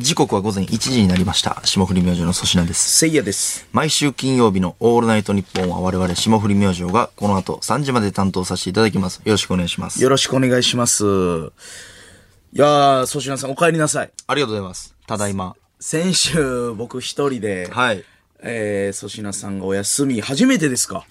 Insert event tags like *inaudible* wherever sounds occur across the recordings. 時刻は午前1時になりました。霜降り明星の粗品です。せいやです。毎週金曜日のオールナイトニッポンは我々霜降り明星がこの後3時まで担当させていただきます。よろしくお願いします。よろしくお願いします。いやー、粗品さんお帰りなさい。ありがとうございます。ただいま。先週僕一人で、はい。えー、粗品さんがお休み、初めてですか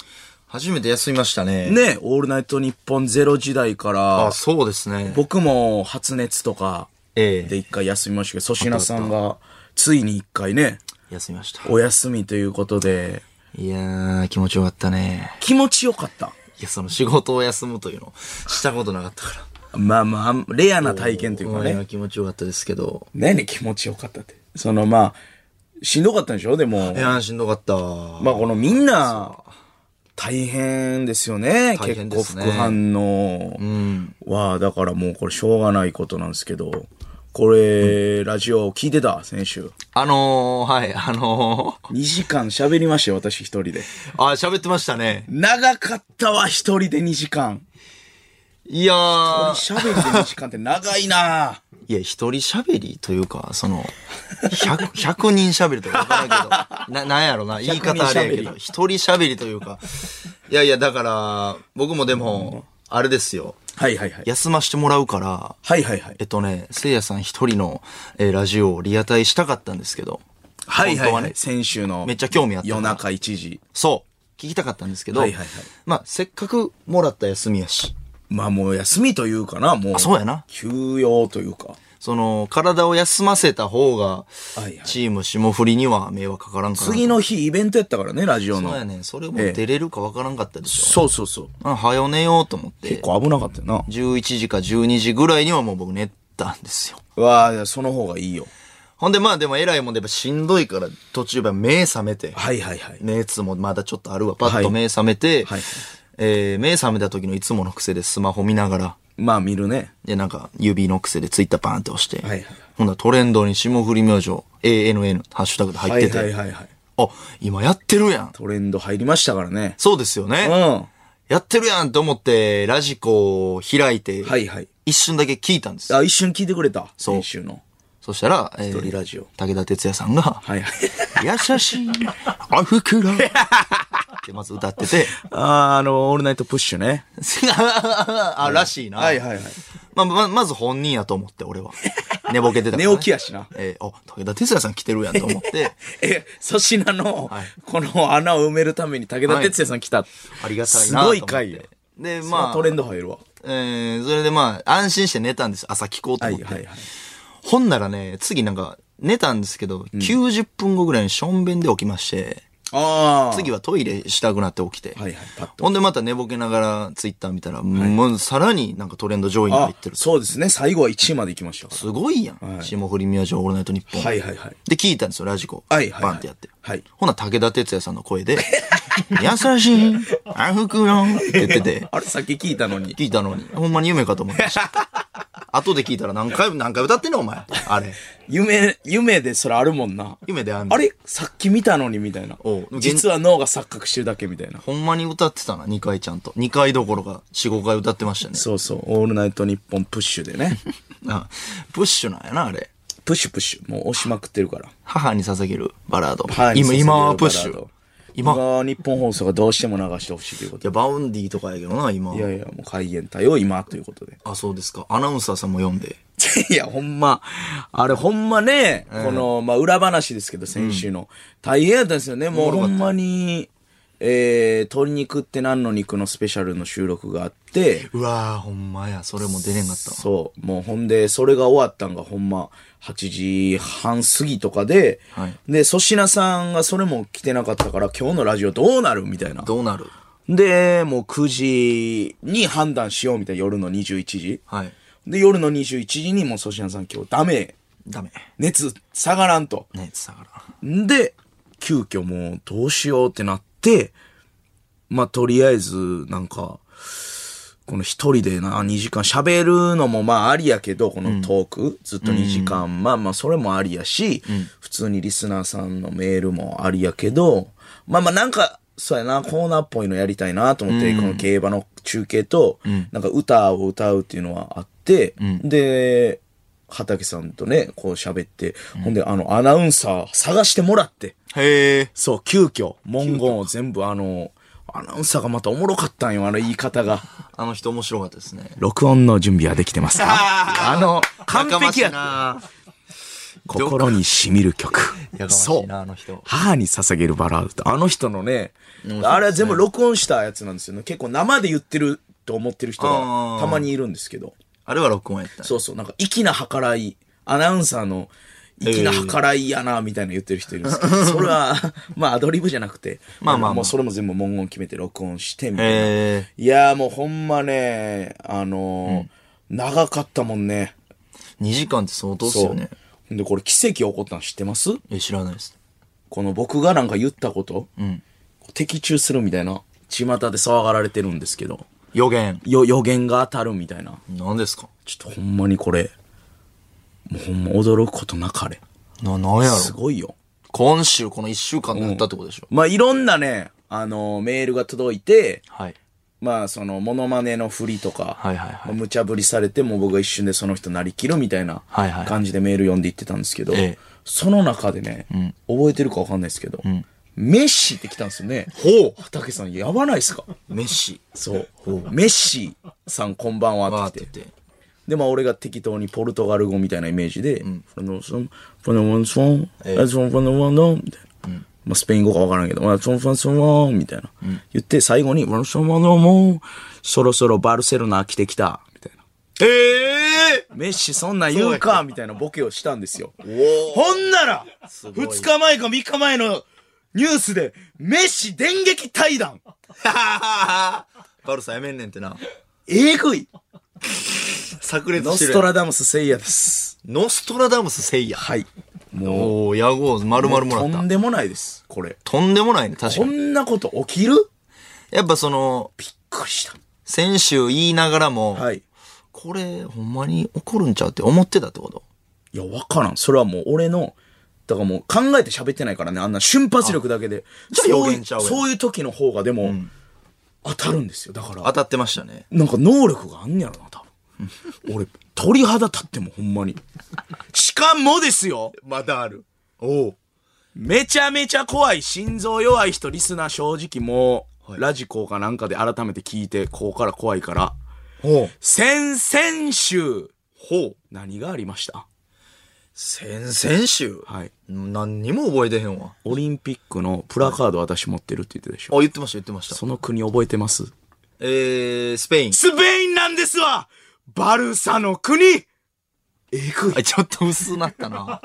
初めて休みましたね。ね、オールナイトニッポンゼロ時代からあ、、そうですね。僕も発熱とかえでえ一回休みましたけど、粗品さんがついに一回ね、休みました。お休みということで、いやー、気持ちよかったね。気持ちよかった。いや、その仕事を休むというのしたことなかったから。まあまあ、レアな体験というかいね。や気持ちよかったですけど。何気持ちよかったって。そのまあ、しんどかったんでしょでもい。やー、しんどかったわ。まあこのみんな、大変ですよね。大結変で構すね副反応は、だからもうこれしょうがないことなんですけど、これ、ラジオ聞いてた先週。あのー、はい、あのー、 2時間喋りましたよ、私一人で。あ、喋ってましたね。長かったわ、一人で2時間。いやー、喋りで2時間って長いないや、一人喋りというか、その、100、100人 *laughs* 喋りとかわからんけど、な、なんやろな、言い方あれやけど、 100一人喋りというか、いやいや、だから、僕もでも、あれですよ、はいはいはい。休ましてもらうから、はいはいはいえ。っとね、せいやさん一人の、えーラジオをリアタイしたかったんですけど、はい本はい当ははいね。、先週の。めっちゃ興味あったから夜中1時。そう、聞きたかったんですけど、はいはいはいまあ、せっかくもらった休みやし、まあもう休みというかな、もう。そうやな休養というか。その、体を休ませた方がはいはい、チーム霜降りには迷惑かからんから。次の日イベントやったからね、ラジオの。そうやねんそれも出れるかわからんかったでしょ。そうそうそう。あ、早寝ようと思って結、構危なかったよな。 11時か12時ぐらいにはもう僕寝たんですよ。うわあ、その方がいいよ。ほんでまあでも偉いもんでやっぱしんどいから途中から目覚めて、はいはいはい。熱もまだちょっとあるわ。パッはいと目覚めて、はいえー目覚めた時のいつもの癖でスマホ見ながら、まあ見るね。でなんか指の癖でツイッターバーンって押して、はいはいほんだらトレンドに霜降り明星 ANN ハッシュタグでは入っいてて、はいはいはい。あ、今やってるやん。トレンド入りましたからね。そうですようねん。。はやってるやんと思って、ラジコを開いて、いはい。一瞬だけ聞いたんですよ。あ、一瞬聞いてくれた。そう先週の。そしたら、え一ー人ラジオ武田鉄矢さんが、はいはい。優しい、おふくろ。ってまず歌ってて、 *laughs* あー、あの、オールナイトプッシュね。あ、らしいな。はいはいはい。まあ、ま、まず本人やと思って、俺は。 *laughs* 寝ぼけてたから、寝起きやしな。えー、あ、武田鉄矢さん来てるやんと思って、 *laughs* え、粗品のはい、この穴を埋めるために武田はい鉄矢さん来た。ありがたいすなと思ごって。い回よ。で、ままあ、あ、トレンド入るわ。えー、それでまあ、安心して寝たんです。朝聞こうとは思っいて。はいはい。ほんならね、次なんか、寝たんですけど、90分後ぐらいにしょんべんで起きまして、ああ。次はトイレしたくなって起きて、はいはい、パッと。ほんでまた寝ぼけながらツイッター見たら、もうさらになんかトレンド上位に入あって、る。そうですね。最後は1位まで行きましたかすごいやん。霜降り明星オールナイトニッポら。ン。はいはいはい。で、聞いたんですよ、ラジコ。はいはいはいバンってやって。はいほな、武田鉄矢さんの声で、 *laughs* 優しい、あふくろって言ってて、あれさっき聞いたのに。聞いたのに、ほんまに夢かと思いま *laughs* した。後で聞いたら何回も何回歌ってんの、お前。あれ。夢、夢でそれあるもんな。夢であんのあれさっき見たのにみたいなおう。実は脳が錯覚してるだけみたいな。ほんまに歌ってたな、2回ちゃんと。2回どころか、4、5回歌ってましたね。そうそう。オールナイトニッポンプッシュで *laughs* ね。あプッシュなんやな、あれ。プッシュプッシュ。もう押しまくってるから。母に捧げるバラード。はい今、今はプッシ。そうそうュ。今今。いが日本放送がどうしても流してほしいということや、バウンディとかやけどな、今で。い。やいや、もう海援隊を今ということで。あ、そうですか。アナウンサーさんも読んで。 *laughs* いや、ほんま、あれほんまね、この、まあ、裏話ですけど、先週の。大変やったんですよね、もうほんまに、えー、鶏肉って何の肉のスペシャルの収録があって、うわー、ほんまや。それも出れんかったわ。そう、もうほんで、それが終わったんがほんま、8時半過ぎとかで、はいで、粗品さんがそれも来てなかったから、今日のラジオどうなるみたいな。どうなるで、もう9時に判断しようみたいな、夜の21時。はい。で、夜の21時にもう粗品さん今日ダメ。ダメ。熱下がらんと。ね、つだから。んで、急遽もうどうしようってなって、まあ、とりあえず、なんか、この一人でな、2時間喋るのもまあありやけど、このトーク、ずっと2時間、まあまあそれもありやし、普通にリスナーさんのメールもありやけど、まあまあなんか、そうやな、コーナーっぽいのやりたいなと思って、この競馬の中継と、なんか歌を歌うっていうのはあって、で、畑さんとね、こう喋って、ほんで、あの、アナウンサー探してもらって、へえ。そう、急遽、文言を全部あの、アナウンサーがまたおもろかったんよ、あの言い方が。あの人面白かったですね。録音の準備はできて *laughs* ますかあの、完璧ややかまし心に染みる *laughs* 曲いな。や。かましそいうな、。あの人。母に捧げるバラードってあの人のね、あれは全部録音したやつなんですよね。結構生で言ってると思ってる人あがーたまにいるんですけど。あれは録音やった。そうそう、なんか粋な計らい、アナウンサーの粋な計らいやな、みたいな言ってる人いるんですけど、 *laughs* それは、まあアドリブじゃなくて、まあまあまあのもうそれも全部文言決めて録音して、みたいな。へえ。いやーもうほんまね、あのー長かったもんね。 2時間って相当っすよね。そう。で、これ奇跡起こったの知ってますえ、知らないです。この僕がなんか言ったこと、的中するみたいな、巷で騒がられてるんですけど、予言。よ、予言が当たるみたいな。何ですかちょっとほんまにこれ、もうほんま驚くことなかれ。な、なんやろすごいよ。今週この1週間でやったってことでしょ。まあいろんなね、あのーメールが届いて、はい。まあその、モノマネの振りとか、はいはいはいまあ無茶ぶりされて、もう僕が一瞬でその人なりきるみたいなはいはい感じでメール読んでいってたんですけど、ええその中でね、覚えてるかわかんないですけど、メッシって来たんですよね。ほ畑さん、やばないですかうメッシ。そう。メッシさんこんばんはわーっってて来。言ってて。で、まあ俺が適当にポルトガル語みたいなイメージで、フォンフォンフォンフォンフォンフォンフォンフォンフォンフォンみたいな。まあスペイン語かわからんけど、まあフォンフォンフォンフォンみたいな。言って最後に、フォンフォンフォンフォンそろそろバルセロナ来てきた、みたいな。ええメッシそんなん言うかみたいなボケをしたんですよ。おほんなら、ごい2日前か3日前のニュースで、メッシ電撃対談バルさんやめんねんってな。えぐい炸裂ノしてスるト。ラダムス聖夜です。ノストラダムスせいや。はい。もう、おお、野号丸々もらとっんた。でもないです、これ。とんでもないね、確かこに。んなこと起きるやっぱその、びっくりした。先週言いながらも、はい。これ、ほんまに怒るんちゃうって思ってたってこといや、わからん。それはもう俺の、だからもう考えて喋ってないからね、あんな瞬発力だけで。じゃあそう予い言う、ちゃうやんそういう時の方がでも、当たるんですよ。だから当、たってましたね。なんか能力があんねやろな、多分。俺、鳥肌立ってもほんまに。しかもですよまだある。おお。めちゃめちゃ怖い、心臓弱い人、リスナー正直もう、ラジコかなんかで改めて聞いて、こうから怖いから。ほう。先々週、ほう。何がありました先々週、はい。何にも覚えてへんわ。オリンピックのプラカード私持ってるって言ってたでしょ。あ、言ってました、言ってました。その国覚えてますえー、スペイン。 *laughs* スペインなんですわバルサの国えぐいあ、ちょっと薄なったな。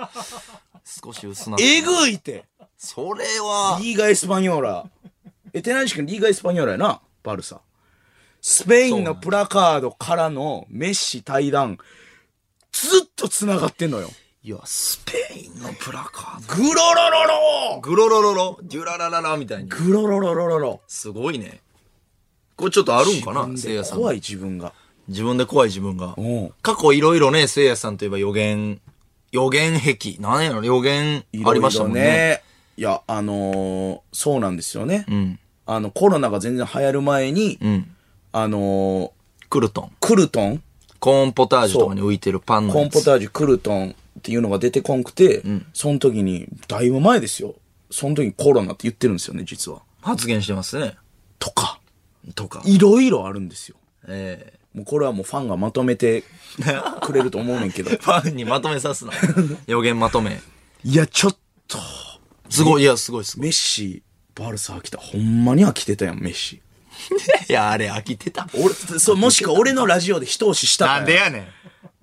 少し薄なったな。えぐいってそれは、リーガ・エスパニョーラ。え、手内君リーガ・エスパニョーラやな、バルサ。スペインのプラカードからのメッシ対談、ずっと繋がってんのよ。いや、スペインのプラカード。グロロロログロロロロ、デュララララみたいに。グロロロロロロ。すごいね。これちょっとあるんかな、自せい分やでさん。怖い自分が。自分で怖い自分が。ん過去いろいろね、せいやさんといえば予言、予言壁。何やろ、予言ありましたもんいろいろね。いや、あのーそうなんですよね。んあの、コロナが全然流行る前に、んあのークルトン。クルトン、コーンポタージュとかに浮いてるパンのコーやンポつ。タージュ、クルトンっていうのが出てこんくて、その時に、だいぶ前ですよ。その時にコロナって言ってるんですよね、実は。発言してますね。とか、とか。いろいろあるんですよ。えもうこれはもうファンがまと *laughs* めてくれると思うねんけど。えパンにまとめさすな。予言まとめ。いや、ちょっと、すごい、いや、すごい、すごい。メッシ、バルサ飽きた。ほんまに飽きてたやん、メッシ。いや、あれ飽きてた。俺、そう、もしくは俺のラジオで一押ししたからなんでやねん。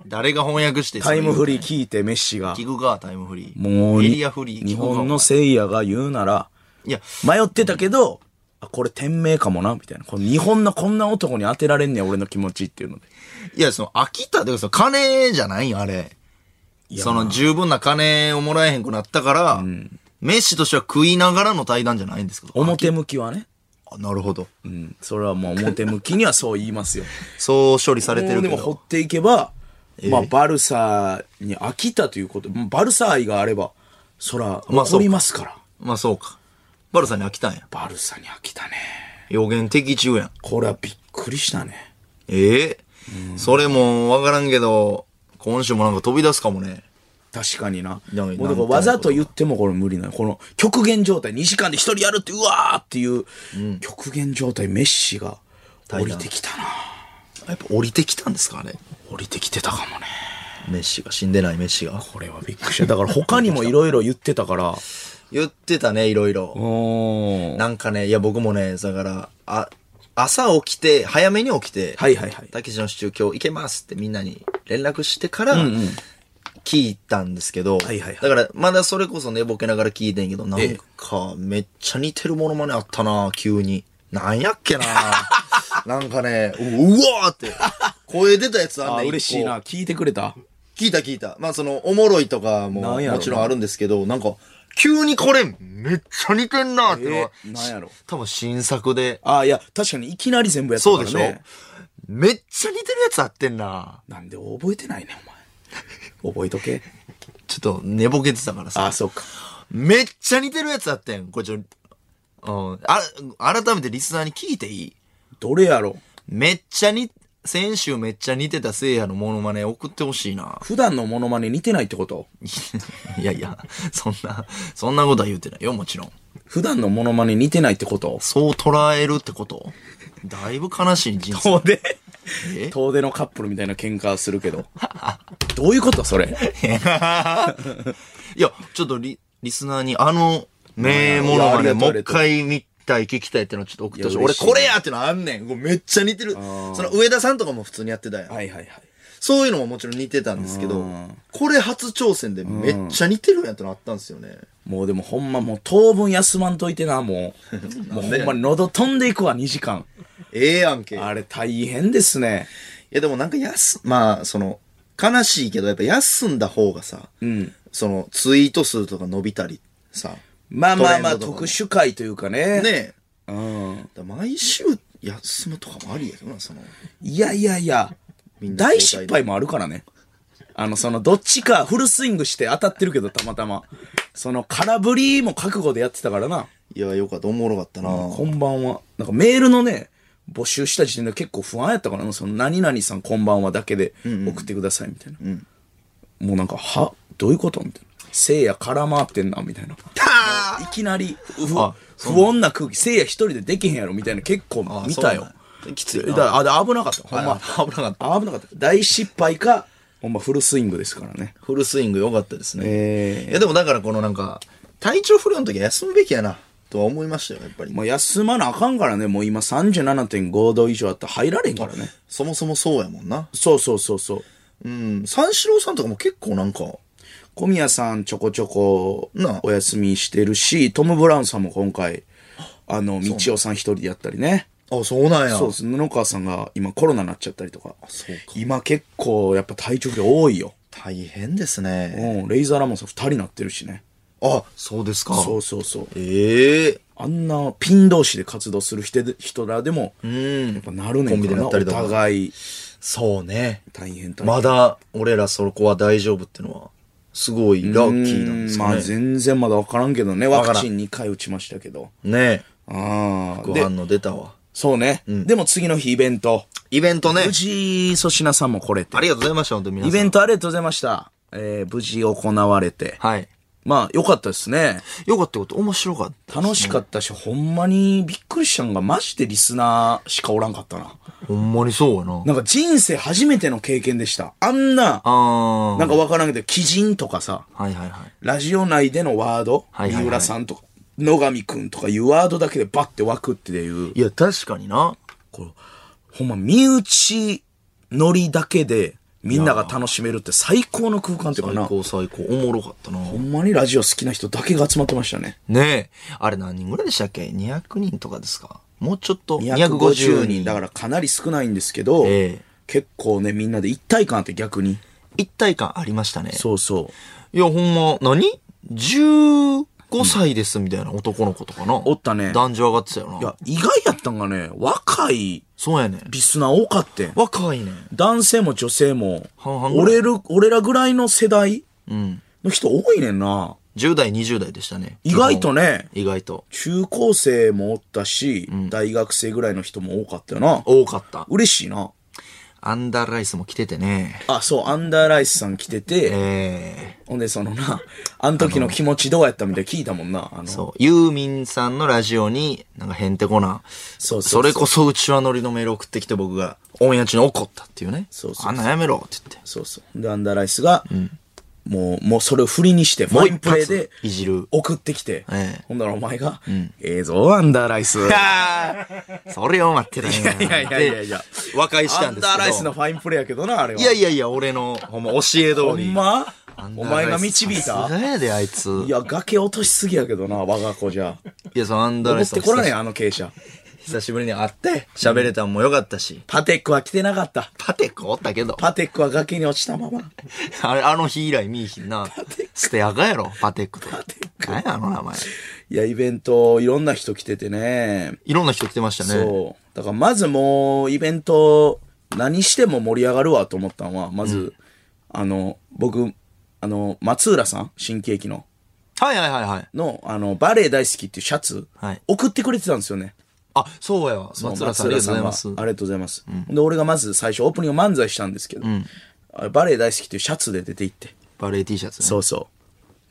誰が翻訳してタイムフリーー。聞いて、メッシが聞。くか、タイムフリー。もう、エリアフリー。日聞くか本のせいやが言うなら、いや、迷ってたけど、あ、これ天命かもな、みたいな。この日本のこんな男に当てられんねん、俺の気持ちっていうので。いや、その、飽きたってか、その、金じゃないよ、あれ。やその、十分な金をもらえへんくなったから、メッシとしては食いながらの対談じゃないんですか表向きはね。あなるほど。うん。それはもう表向きにはそう言います *laughs* よ。そう処理されてもうるでけも掘ど。っていけば、まあ、バルサに飽きたということ、バルサ愛があれば、そら、まあそう残りますから。まあ、そうか。バルさんに飽きたんや。バルサに飽きたね。予言的中やん。これはびっくりしたね。ええそれも、わからんけど、今週もなんか飛び出すかもね。確かにな。いやもうなだんかともらわざと言ってもこれ無理なの。この極限状態、2時間で一人やるって、うわーっていう、極限状態、メッシが降りてきたな。やっぱ降りてきたんですかあれ。降りてきてたかもね。メッシが、死んでないメッシが。これはびっくりした。だから他にもいろいろ言ってた *laughs* から。言ってたね、いろいろ。おーなんかね、いや僕もね、だから、あ、朝起きて、早めに起きて、はいはいはい。たけしのシチュー今日行けますってみんなに連絡してから、聞いたんですけど、いはいはいだからまだそれこそ寝ぼけながら聞いてんけど、なんかめっちゃ似てるものまねあったな急に。なんやっけな *laughs* なんかね、ううわーって、声出たやつあんあ、ねん。嬉しい一個な。聞いてくれた聞いた聞いた。まあその、おもろいとかもなんやろなもちろんあるんですけど、なんか、急にこれ、めっちゃ似てんなってのは、えなんやろ多分新作で。あ、いや、確かにいきなり全部やったかそうらでね。しょ、めっちゃ似てるやつあってんななんで覚えてないねん、お前。覚えとけ。ちょっと寝ぼけてたからさ。あ、そうか。めっちゃ似てるやつあってん。これちょ、うん。あ、改めてリスナーに聞いていいどれやろめっちゃに、先週めっちゃ似てた聖夜のモノマネ送ってほしいな。 *laughs* 普段のモノマネ似てないってこといやいや、そんな、そんなことは言うてないよ、もちろん。普段のモノマネ似てないってことそう捉えるってことだいぶ悲しい人生。遠出え遠出のカップルみたいな喧嘩するけど。 *laughs* どういうことそれ。いや、ちょっとリ、リスナーにあの、名モノマいやありがとネ、うもう一回見たい、聞きたいってのをちょっと送ってほしい。いや俺嬉しいこれやってのあんねん。これめっちゃ似てる。その上田さんとかも普通にやってたやん。はいはいはい。そういうのももちろん似てたんですけうどん、これ初挑戦でめっちゃ似てるやんってのあったんですよね。もうでもほんまもう当分休まんといてな、も *laughs* う。もうほんま喉飛んでいくわ、2時間。ええやんけ。いあれ大変ですね。やでもなんかやす、まあ、その、悲しいけどやっぱ休んだ方がさ、うん。そのツイート数とか伸びたりさ、まあまあまあトレンドとかも特殊回というかね。ねうん。だから毎週休むとかもありやけどな、その。いやいやいや、みんな大失交代敗もあるからね。あの、その、どっちかフルスイングして当たってるけど、たまたま。その、空振りも覚悟でやってたからな。で。いや、よかった。おもろかったな。こんばんは。なんかメールのね、募集した時点で結構不安やったからな。その、何々さんこんばんはだけで送ってくださいみたいな。もうなんか、はどういうことみたいな。せいや空回ってんな、みたいな。いきなり不、あ不穏な空気、せいや一人でできへんやろ、みたいな結構見たよ。。きついだからあで危なかった。ほんま。あ危なかった。危なかった。大失敗か、ほんまフルスイングですからね。フルスイング良かったですね。えいや、でもだからこのなんか、体調不良の時は休むべきやな、とは思いましたよ、やっぱり。もう休まなあかんからね、もう今37.5度以上あったら入られんからね。そもそもそうやもんな。そうそうそうそう。うん。三四郎さんとかも結構なんか、小宮さんちょこちょこなあお休みしてるし、トム・ブラウンさんも今回、あの、道夫さん一人でやったりね。あ、そうなんや。そうです。布川さんが今コロナになっちゃったりとか。そうか今結構やっぱ体調不良多いよ。大変ですね。うん、レイザーラモンさん二人なってるしね。あ、そうですか。そうそうそう。ええあんなピン同士で活動する人で人らでも、やっぱなるねコンんビでなかな。っおたりとか互い、そうね。大変大変。まだ、俺らそこは大丈夫ってのは、すごいラッキーなんですうーんまかあね。全然まだ分からんけどね。ワからんクチン2回打ちましたけど。ねああ。ごで飯、の出たわ。そうね、でも次の日イベント。イベントね無。事、粗品さんも来れてあ。りがとうございました、本当に皆イさん。ベントありがとうございました。えー、無事行われて。はい。まあ、良かったですね。よかったこと、面白かった。楽しかったし、ほんまにびっくりしたんが、マジでリスナーしかおらんかったな。ほんまにそうやな。なんか人生初めての経験でした。あんな、あー。なんか分からんけど、鬼人とかさ、はいはいはい。ラジオ内でのワード、はいはいはい三浦さんとか、野上くんとかいうワードだけでバッて湧くっていう、いや、確かにな。こうほんま身内乗りだけでみんなが楽しめるって最高の空間っていうか最な、ほ高最高。おもろかったな。んまにラジオ好きな人だけが集まってましたね。ねえ。あれ何人ぐらいでしたっけ ?200 人とかですかもうちょっと。 250人。だからかなり少ないんですけど、ええ結構ね、みんなで一体感あって逆に。一体感ありましたね。そうそう。いや、ほんま、何 ?15 歳ですみたいな男の子とかな。おったね。男女上がってたよないや、意外やったんがね、若いそうやねん。リスナー多かってん。若いねん。男性も女性も、半々ぐら俺る俺らぐらいの世代の人多いねんな。 10代、20代でしたね。意外とね、意外と。中高生もおったし、大学生ぐらいの人も多かったよな。多かった。嬉しいな。アンダーライスも来ててね。あ、そう、アンダーライスさん来てて、えほんでそのな、あの時の気持ちどうやったみたいな聞いたもんな。あのー、そう、ユーミンさんのラジオに、なんかへんてこな、そうそそうれこそうちわのりのメール送ってきて僕が、オンエア中に怒ったっていうね。そうそうそうあんなんやめろって言って。そうそう。で、アンダーライスが、もう、もうそれを振りにして、ファインプレーで、いじる。送ってきて、ええほんならお前が、ええぞ、アンダーラ *laughs* イス。それを待ってたね。いいやいやいやいや。和解しアたんンですけど。ダーライスのファインプレーやけどな、あれは。いやいやいや、俺の、ほんま、教え通り。ほんまアンダおーライス前が導いさたすがやで、あいつ。いや、崖落としすぎやけどな、我が子じゃ。いや、そのアンダーライ登っスさてんこらねえ、あの傾斜。久しぶりに会って、喋れたんも良かったし。パテックは来てなかった。パテコおったけど。パテックは崖に落ちたま *laughs* ま。あれ、あの日以来見いひんな。捨てやかやろ、パテックと。パテック。何や、あの名前。いや、イベント、いろんな人来ててね。いろんな人来てましたね。そう。だからまずもう、イベント、何しても盛り上がるわと思ったのは、まず、あの、僕、あの、松浦さん、新喜劇の、はいはいはいはい。の、あの、バレエ大好きっていうシャツ、はい送ってくれてたんですよね。あ、そうやわ。松浦さん、ありがとうございます松浦。さんがありがとうございます。で、俺がまず最初、オープニング漫才したんですけど、あバレエ大好きっていうシャツで出て行って、バレエ T シャツね。そうそ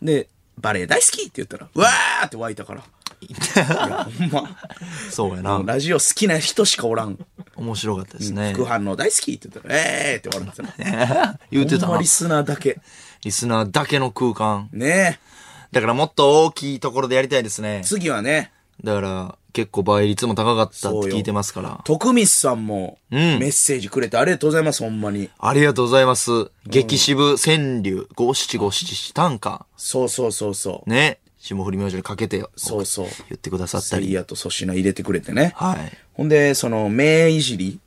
う。で、バレエ大好きって言ったら、うわーって湧いたから。いや、ほんま。 *laughs* そうやな。ラジオ好きな人しかおらん。面白かったですね。副反応大好きって言ったら、えーって笑って *laughs* たな。言うてたほんまなリ。スナーだけ。リスナーだけの空間。ねだからもっと大きいところでやりたいですねえ。。次はね、だから、結構倍率も高かったってそうよ聞いてますから。徳光さんもメんッセージくれて、ありがとうございます、ほんまに。ありがとうございます。激渋、川柳、五七五七七短歌、そうそうそうそう。ね。霜降り明星にかけてよ。そうそう。言ってくださったサり。リアと粗品入れてくれてね。はい。ほんで、その、名いじり。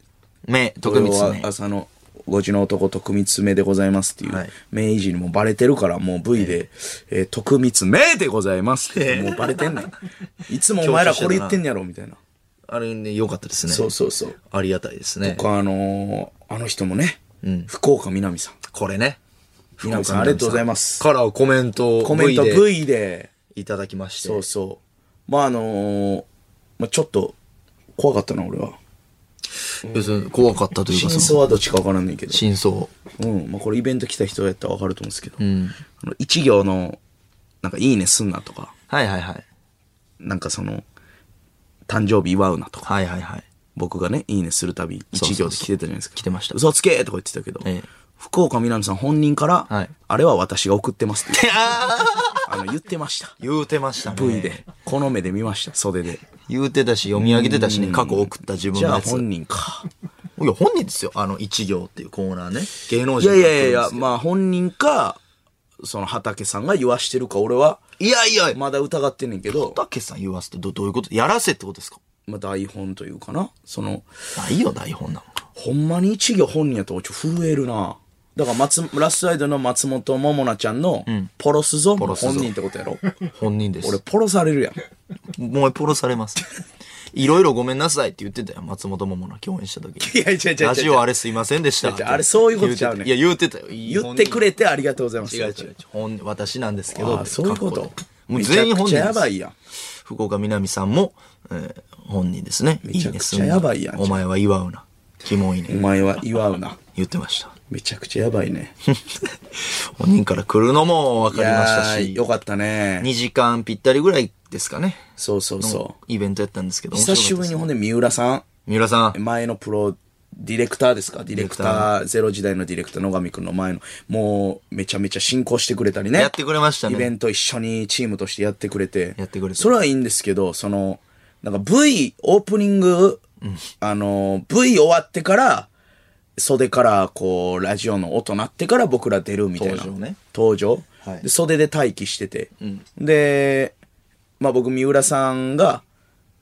目、徳光これねは。朝の、ごちの男、徳光めでございますっていはうい、名いじりもバレてるから、もう V で、えー徳光めでございま *laughs* すって、もうバレてんねん。いつもお前らこれ言ってんやろ、みたいな。あれね、良かったですね。そうそうそう。ありがたいですね。僕はあのー、あの人もね、福岡みなみさん。これね。みなみさん、ありがとうございます。からコメントをコメント V で V で、いただきまして。そうそう。まああのー、まあちょっと、怖かったな、俺は。別に怖かったというか、真その相はどっちかわからんねんけど。真相。うん。まあこれイベント来た人やったらわかると思うんですけど。あの一行の、なんかいいねすんなとか、はいはいはい。なんかその、誕生日祝うなとか、はいはいはい。僕がね、いいねするたび、そうそう一行で来てたじゃないですか。来てました嘘つけとか言ってたけど、ええ福岡みなみさん本人から、はいあれは私が送ってますって言ってあー *laughs* あの、言ってました。言うてましたね。 V で。この目で見ました、袖で。言うてたし、読み上げてたしね、過去送った自分じのゃあやつ。本人か。いや、本人ですよ。あの、一行っていうコーナーね。芸能い人やがいやってやいやるいんでやす、けどまあ本人か、その畑さんが言わしてるか、俺は、いやいや、まだ疑ってんねんけど、たけさん言わせてど、どういうことやらせってことですかまあ台本というかな、その、ないよ、台本なんか。ほんまに一行本人やと俺ちょっと震えるな。だから松、ラストアイドルの松本桃奈ちゃんの、ポロスゾンもスゾ本人ってことやろ。本人です。俺、ポロされ *laughs* るやん。俺、もうポロされ *laughs* ます。いろいろごめんなさいって言ってたよ、松本桃奈共演した時に。いや、違う違う違う。ラジオあれすいませんでしたって。違う違うあれそういうことちゃうねんいや、言うてたよ。いい言ってくれてありがとうございま本す。人違う違う違う。本人私なんですけど。あそういうこと過去。でもう全員本人めちゃでくちゃやばす。いやん。福岡みなみさんも、えー本人ですね。めちゃくちゃやばいやんお前は祝うな。キモいおね。前は祝うな。言ってました。 *laughs* めちゃくちゃやばいね。本人から来るのも分いかりましたやーし、よかったね。 2時間ぴったりぐらいですかね。そうそうそう。イベントやったんですけど、久しぶりに面白かほんで三浦さったです。三浦さん、ん、前のプロ、ディレクターですかディレクター、ゼロ時代のディレクター、野上くんの前の、もう、めちゃめちゃ進行してくれたりね。やってくれましたイベね。ント一緒にチームとしてやってくれて。やってくれてそれはいいんですけど、その、なんか V、オープニング、あの、V 終わってから、袖から、こう、ラジオの音鳴ってから僕ら出るみたいな。登場ね登場はいで、袖で待機してて。で、まあ僕、三浦さんが、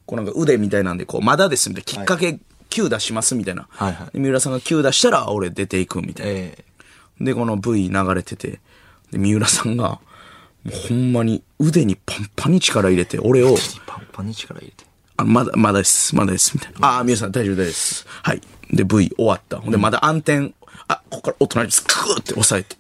こうなんか腕みたいなんで、こう、まだですみたいな、きっかけ、9出しますみたいな。はいはいで三浦さんが9出したら、俺出ていくみたいな。えで、この V 流れてて、で、三浦さんが、もうほんまに腕にパンパンに力入れて、俺を、ー、パンパンに力入れて。あまだ、まだです、まだです、みたいな。ああ、三浦さん大丈夫です。はい。で、V 終わった。ほんで、まだ暗転、あ、ここから大人にクーって押さえて、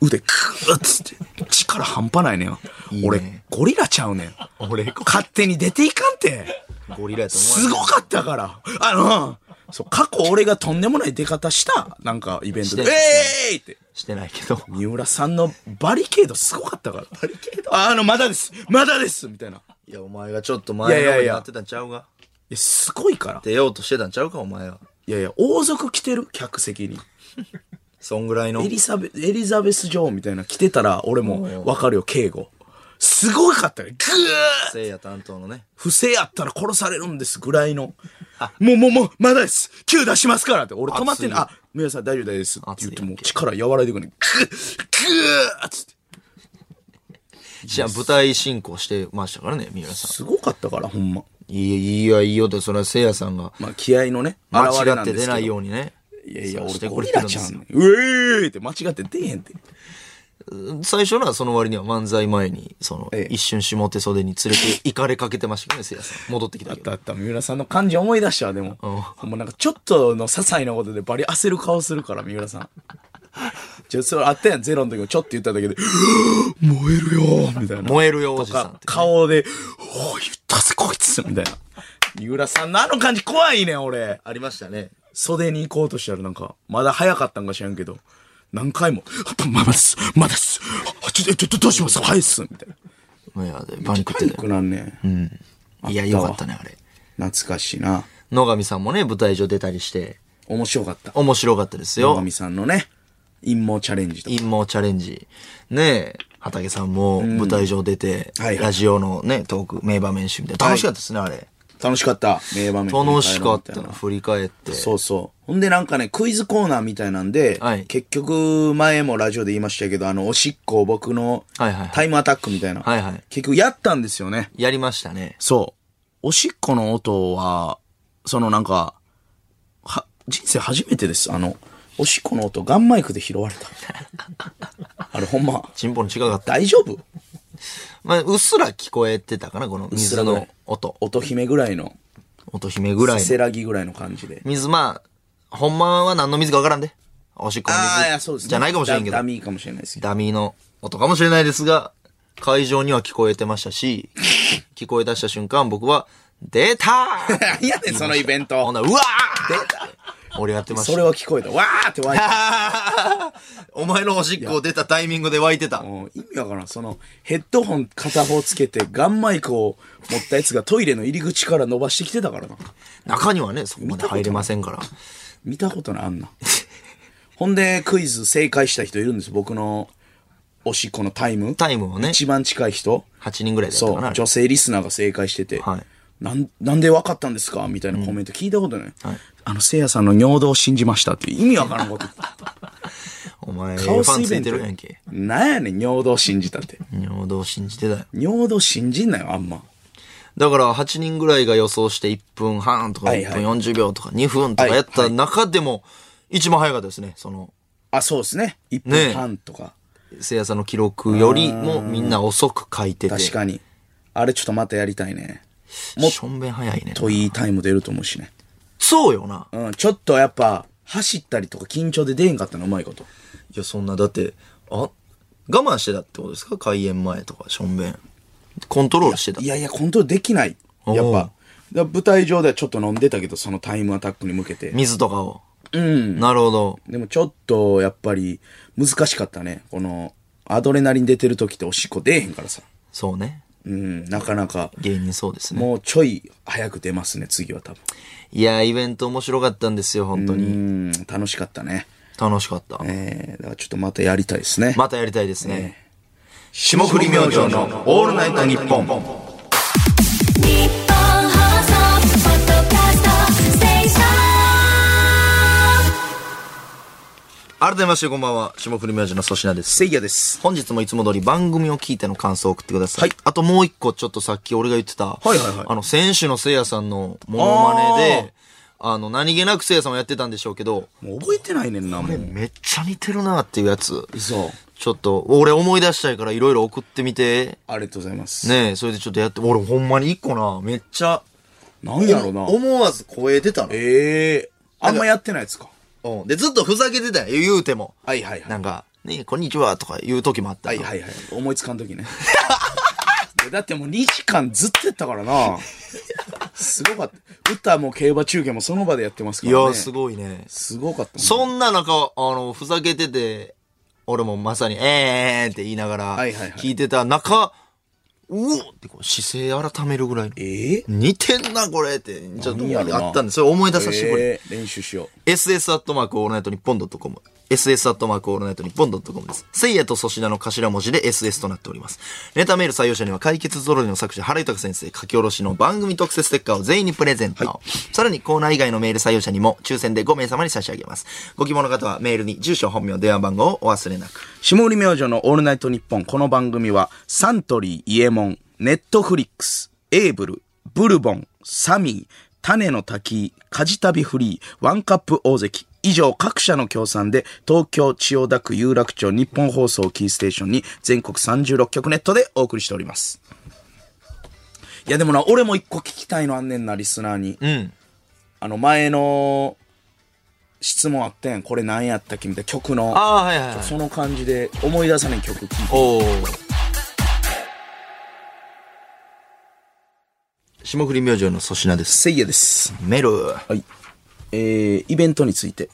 腕クーってって、力半端ないねん。ね俺、ゴリラちゃうねん。俺、勝手に出ていかんて。ゴリラやと思わすごかったから。あの、そう、過去俺がとんでもない出方した、なんかイベントで、してえーいって。してないけど。三浦さんのバリケードすごかったから。バリケードあの、まだですまだですみたいな。いや、お前がちょっと前いのめやいやにいやなってたんちゃうが。えすごいから。出ようとしてたんちゃうか、お前は。いやいや、王族来てる客席に。そんぐらいのエ。リザベ、エリザベス女王みたいな来てたら、俺もわかるよ、敬語。すごかったね。ぐーせいや担当のね。不正やったら殺されるんですぐらいの。もうもうもう、まだです。9出しますからって。俺止まってんの。あ、皆さん大丈夫大丈夫です。って言ってもう力和らいでくるね。ぐーぐーっつって。じゃあ舞台進行してましたからね、三浦さん。すごかったから、ほんま。いいや、いいよって、それはせいやさんがまあ、気合のね、間現れな違んっでてすけ出どないようにね。いやいや、そうし俺てゴくれリてラるんでちゃんすねよん。うえーって間違って出えへんって。最初のはその割には漫才前に、その、ええ一瞬下手袖に連れて行かれかけてましたけどね、せいやさん。戻ってきあたっけど。たあった。三浦さんの感じ思い出したわ、でも。ほんまなんかちょっとの些細なことでバリ焦る顔するから、三浦さん。ちょ、それあったやん、ゼロの時もちょっと言っただけで、 *gasps* 燃えるよーみたいな。燃えるよ、おじさんっかて。顔で、おー言ったぜ、こいつみたいな。三浦さんのあの感じ怖いねん、俺。ありましたね。袖に行こうとしたらなんか、まだ早かったんか知らんけど、何回も、あまだっす、まだっす、あちょ、えちょ、どどうします早いっす、みたいな。いや、でパニックっパてニたよックなんね。うん。いや、よかったね、あれ。懐かしいな。野上さんもね、舞台上出たりして、面白かった。面白かったです野よ上。さんのね、陰謀チャレンジとか。陰謀チャレンジ。ねえ、畑さんも舞台上出て、はいはいラジオのね、トーク、名場面集みたいな。楽しかったですね、あれ。楽しかった。名場面。楽しかったみな、いな振り返って。そうそう。ほんでなんかね、クイズコーナーみたいなんで、はい結局、前もラジオで言いましたけど、あの、おしっこ、僕のはいはいはいタイムアタックみたいな。はいはい結局やったんですよね。やりましたね。そう。おしっこの音は、そのなんか、は、人生初めてです。あの、おしっこの音、ガンマイクで拾わ *laughs* れた。あれほんま、チンポの近かった。大丈夫まあ、うっすら聞こえてたかな、このす水らぐらのい音。音姫ぐらいの、音姫ぐらいの。せらぎぐらいの感じで。水、まあ、ほんまは何の水かわからんで。おしっこのああ、いや、そうで水すね。じゃないかもしれんけどダダ。ミーかもしれないですけど。ダミーの音かもしれないですが、会場には聞こえてましたし、 *laughs* 聞こえ出した瞬間、僕は、出た *laughs* ーいやねん、そのイベンほトん。ならうわー出た俺やってまし *laughs* そた。れは聞こえた。わーって湧いた。お前のおしっこ出たタイミングで湧いてた。もう意味わからん。その、ヘッドホン片方つけて、ガンマイクを持ったやつがトイレの入り口から伸ばしてきてたからな。中にはね、そこまで入れませんから。見たことない、あんな。ほんで、クイズ正解した人いるんです。僕の、おしっこのタイム。タイムをね、一番近い人。 8人ぐらいだったそかな。あう、れ女性リスナーが正解してて、はいなんなんで分かったんですかみたいなコメント聞いたことない。あの、せいやさんの尿道を信じましたっていう意味わからん *laughs* こと。お前、フカオァスンイつベいンてトるやんけ。。なんやねん、尿道信じたって。尿道信じてたよ。尿道信じんなよ、あんま。だから8人ぐらいが予想して1分半とかはいは1い分40秒とか2分とかやった中でも一番早かったですね。その、あ、そうですね。1ねえ分半とか。せいやさんの記録よりもみんな遅く書いてて。確かに。あれちょっとまたやりたいね。もしょんべん早いね。といいタイム出ると思うしね。そうよな。うん、ちょっとやっぱ、走ったりとか緊張で出えんかったの、うまいこと。いや、そんな、だって、あ、我慢してたってことですか開演前とか、しょんべん。コントロールしてたい。やいや、コントロールできない。やっぱ。だおうから舞台上ではちょっと飲んでたけど、そのタイムアタックに向けて。水とかを。うん。なるほど。でもちょっと、やっぱり、難しかったね。この、アドレナリン出てる時っておしっこ出えへんからさ。そうね。うん、なかなか、芸人そうですね。もうちょい早く出ますね、次は多分。いや、イベント面白かったんですよ、本当うに。ん、楽しかったね。楽しかった。えー、だからちょっとまたやりたいですね。またやりたいですね。霜降り明星のオールナイトニッポン。日本放送ポッドキャストステーション改めまして、こんばんは。霜降り明星の粗品です。せいやです。本日もいつも通り番組を聞いての感想を送ってください。はいあともう一個ちょっとさっき俺が言ってた。はいはいはいあの、選手のせいやさんのモノマネで、あの、何気なくせいやさんをやってたんでしょうけど、もう覚えてないねんな、もう。めっちゃ似てるなっていうやつ。嘘。ちょっと、俺思い出したいからいろいろ送ってみて。ありがとうございます。ねえ、それでちょっとやって、俺ほんまに一個な、めっちゃ、なんやろな。思わず声出たの。ええあんまやってないやつか。うん。で、ずっとふざけてたよ、言うても。はいはいはいなんか、ねえ、こんにちはとか言う時もあったはかいら。はいはい。思いつかんときね。いやだってもう2時間ずっとやったからな。 *laughs* すごかった。歌も競馬中継もその場でやってますかいらね。や、すごいね。すごかったもんね。そんな中、あの、ふざけてて、俺もまさに、えーえーって言いながら、はいはいはい聞いてた中、うおってこう姿勢改めるぐらいの。ええ似てんな、これって、ちょっと何やろなあったんで、それ思い出させてくれ。ええ練習しよ SS アットマークオールナイトニッポンドットコム。SS アットマークオールナイトニッポンドットコムです。せいやと粗品の頭文字で SS となっております。ネタメール採用者には解決ぞろりの作者原豊先生書き下ろしの番組特設ステッカーを全員にプレゼント。さらにコーナー以外のメール採用者にも抽選で5名様に差し上げます。ご希望の方はメールに住所、本名、電話番号をお忘れなく。う。下降り明星のオールナイトニッポン。この番組は、サントリー、イエモン、ネットフリックス、エーブル、ブルボン、サミー、種の滝、カジタビフリー、ワンカップ大関。以上各社の協賛で東京千代田区有楽町日本放送をキーステーションに全国36局ネットでお送りしておりますいやでもな俺も一個聞きたいのあんねんなリスナーにうん。あの前の質問あったやんこれ何やったっけみたいな曲のああ、はいはい、はい。その感じで思い出さない曲聴いておお。霜降り明星の粗品です。せいやですメル。はいえー、イベントについて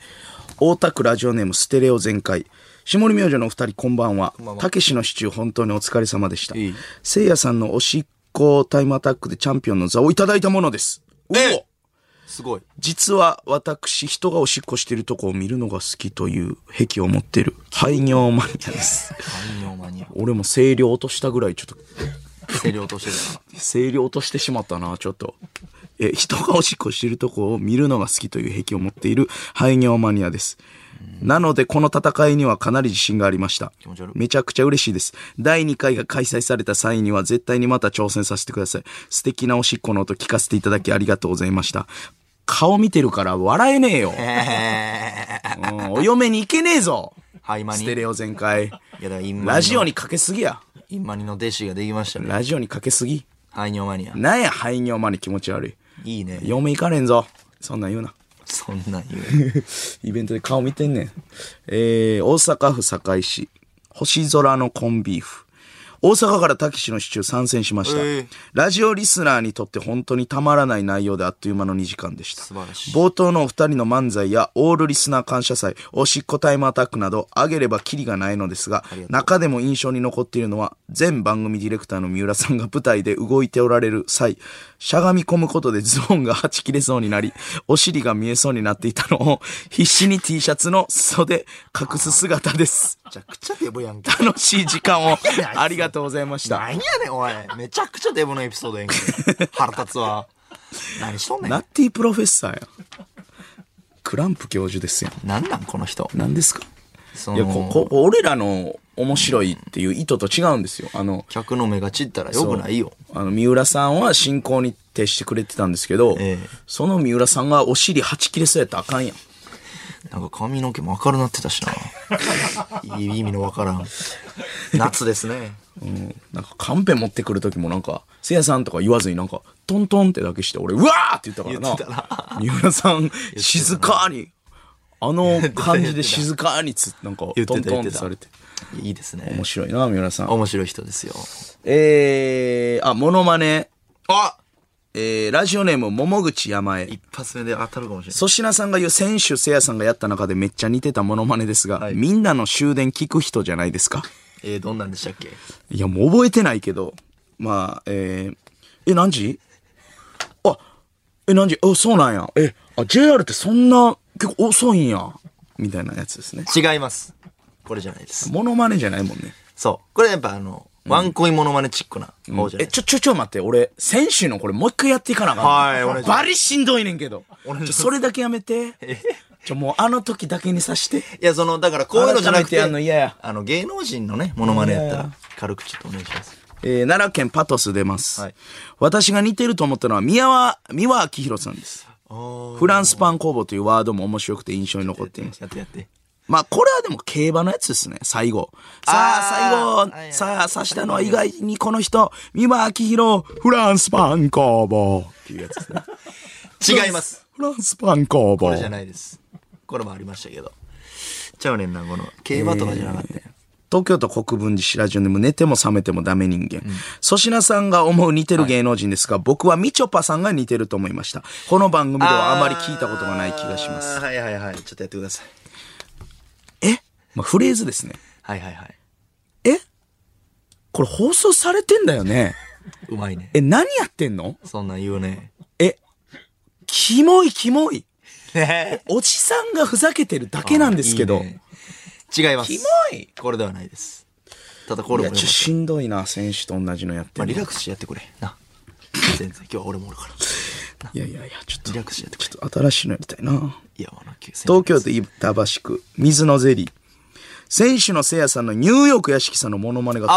大田区ラジオネームステレオ全開下り明星のお二人こんばんはんばんはたけしのシチュー本当にお疲れ様でしたいいせいやさんのおしっこタイムアタックでチャンピオンの座をいただいたものですえおすごい。実は私人がおしっこしてるとこを見るのが好きという癖を持って *laughs* る排尿マニア *laughs* です万能マニア。俺も声量落としたぐらいちょっと声量としてた声量落としてしまったなちょっとえ人がおしっこしてるとこを見るのが好きという癖を持っている排尿マニアですなのでこの戦いにはかなり自信がありました気持ち悪いめちゃくちゃ嬉しいです第2回が開催された際には絶対にまた挑戦させてください素敵なおしっこの音聞かせていただきありがとうございました顔見てるから笑えねえよ、な。うんお嫁に行けねえぞハイマニ。スいテレオ全開やだからインマニの。ラジオにかけすぎやインマニの弟子ができましたね。ラジオにかけすぎハイニョマニア。なんや排尿マニア気持ち悪いいいね。嫁行かれんぞ。そんなん言うな。 *laughs* そんなん言う。イベントで顔見てんねん。えー、大阪府堺市、星空のコンビーフ。大阪からたけしのシチュー参戦しました、えーラジオリスナーにとって本当にたまらない内容であっという間の2時間でした。素晴らしい冒頭のお二人の漫才やオールリスナー感謝祭、おしっこタイムアタックなど、挙げればキリがないのですがりがと、う中でも印象に残っているのは、全番組ディレクターの三浦さんが舞台で動いておられる際、しゃがみ込むことでズボンがはち切れそうになり、お尻が見えそうになっていたのを、必死に T シャツの裾で隠す姿です。めちゃくちゃデブやんけ。楽しい時間を *laughs* ありがとうございました。何やねん、おい。めちゃくちゃデブのエピソードやんけ。腹立つわ。何しとんねナんッ。ティプロフェッサーや。クランプ教授ですよ。なんなん、この人。何ですかそいやここの、こ俺らの面白いっていう意図と違うんですよ。あの、客の目が散ったらよくないよ。あの、三浦さんは進行に徹してくれてたんですけど、ええその三浦さんがお尻はち切れそうやったらあかんやん。なんか髪の毛も明るなってたしな。いい意味のわからん。夏ですね。なんかカンペ持ってくる時もなんか、せいやさんとか言わずになんか、トントンってだけして、俺、うわーって言ったから言な。ってたな三浦さ *laughs* ん、静かに、あの感じで静かにつ、なんか、言ってトたントン言っっててたされて。いいですね面。白いな、三浦さん。面白い人ですよ。えー、あ、モノマネ。あえー、ラジオネーム、桃口山江。一発目で当たるかもしれない。粗品さんが言う選手せいやさんがやった中でめっちゃ似てたモノマネですが、はいみんなの終電聞く人じゃないですかえー、どんなんでしたっけいや、もう覚えてないけど、まあ、えー、え、何時あ、え、何時あ、そうなんや。え、あ、JR ってそんな、結構遅いんや。みたいなやつですね。違います。これじゃないです。モノマネじゃないもんね。そう。これやっぱあの、ワンコインモノマネチックな方じゃなえ、いですちょ、ちょ、ちょ、待って、俺、先週のこれもう一回やっていかなあかんの。はいお願いしますバリしんどいねんけど。願いしまちょ、すそれだけやめて。ちょ、もうあの時だけにさして。いや、その、だからこういうのじゃなく改めてて、やんの嫌やあの、芸能人のね、モノマネやったいやいら、軽くちょっとお願いします。えー奈良県パトス出ます。はい私が似てると思ったのは宮和、三輪明宏さんです。フランスパン工房というワードも面白くて印象に残っています。やってやって。まあ、これはでも競馬のやつですね、最後。さああ、ー最はいは後、いさあ、刺したのは意外にこの人、三輪明宏、フランスパン工房っていうやつですね。 *laughs* 違います。。フランスパンこ工房れ。じゃないです。これもありましたけど。ちゃうねんな、この、競馬とかじゃなかったよ東京都国分寺市ラジオでも寝ても覚めてもダメ人間。粗、品さんが思う似てる芸能人ですが、僕はみちょぱさんが似てると思いました。この番組ではあまり聞いたことがない気がしますあ。ーはいはいはい。ちょっとやってください。え、まあ、フレーズですね。はいはいはい。えこれ放送されてんだよね。うまいね。え、何やってんのそんなん言う *laughs* ね。え、キモいキモい。だおじさんがふざけてるだけなんですけど。違います。キモいこれではないです。ただこれいもや、俺ちょ、もしんどいな、選手と同じのやってまあ、るリの。ラックスしてやってくれ。な。全然。今日は俺もおるから。いやいやいや、ちょっと、リちラックスしてやってくれ。ょっと新しいのやりたいな。いや、あの、9000東京都板橋区、水のゼリー。選手のせいやさんのニューヨーク屋敷さんのモノマネがと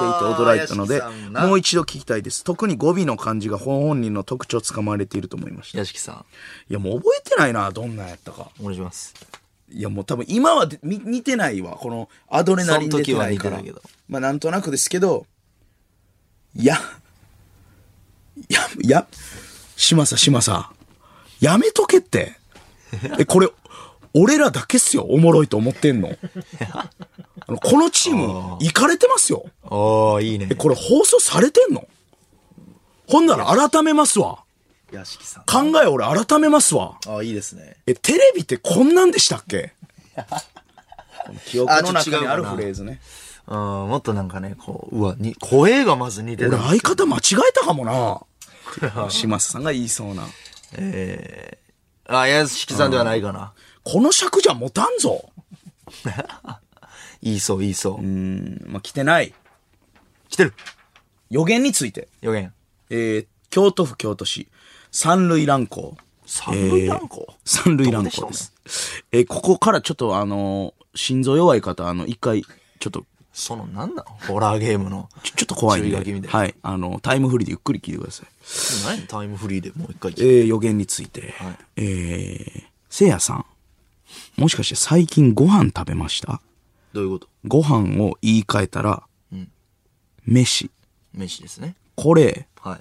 ても似ていて驚いたのであー屋敷さん、なもう一度聞きたいです。特に語尾の感じが本本人の特徴をつかまれていると思いました。い屋敷さん、や、もう覚えてないな、どんなんやったか。お願いします。いや、もう多分今はでみ似てないわ。このアドレナリン出てないから。その時は似てないけどまあなんとなくですけど、いや、いや、いや、嶋佐嶋佐、やめとけって。え、これ、俺らだけっすよ。おもろいと思ってんの。あのこのチーム、いかれてますよ。おー、いいねえ、。これ放送されてんのほんなら改めますわ。屋敷さん。考え俺改めますわ。あー、いいですね。え、テレビってこんなんでしたっけこの記憶の中にあるフレーズね。うん、もっとなんかね、こう、うわ、に、声がまず似てる俺。相方間違えたかもな。島津さんが言いそうな。えー、あー、屋敷さんではないかな。この尺じゃ持たんぞ。いいそう、いいそう。うん、まあ、来てない。来てる予言について。予言。えー、京都府京都市、三類乱行。三類乱行えー三類乱行です。えーここからちょっとあのー心臓弱い方、あの、一回、ちょっと、その、なんなのホラーゲームの。ちょちょっと怖いん注意書きみで。たいなはい。あの、タイムフリーでゆっくり聞いてください。何タイムフリーでもう一回聞えく。ー予言について、はいえーせいやさん、もしかして最近ご飯食べましたどういうことご飯を言い換えたら、飯。飯ですね。これ、は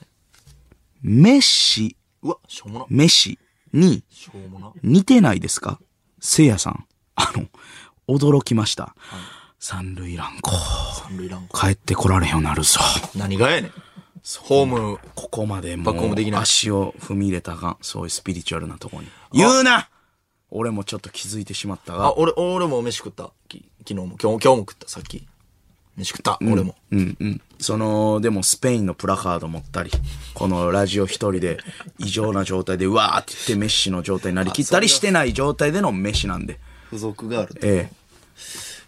い。飯、うわ、しょうもな。飯にしょうもな。似てないですかせいやさん、あの、驚きました。三類乱行。三類乱行。帰ってこられへんようになるぞ。何がやねん。ホーム、ここまでもバックホームできうない足を踏み入れたが、そういうスピリチュアルなところに。言うな俺もちょっと気づいてしまったがあ、。俺、俺も飯食った。き昨日も、今日も、今日も食った、さっき。飯食った、俺も。うんうん。その、でもスペインのプラカード持ったり、このラジオ一人で異常な状態でうわーって言ってメッシの状態になりきったりしてない状態でのメッシなんで。付属がある。え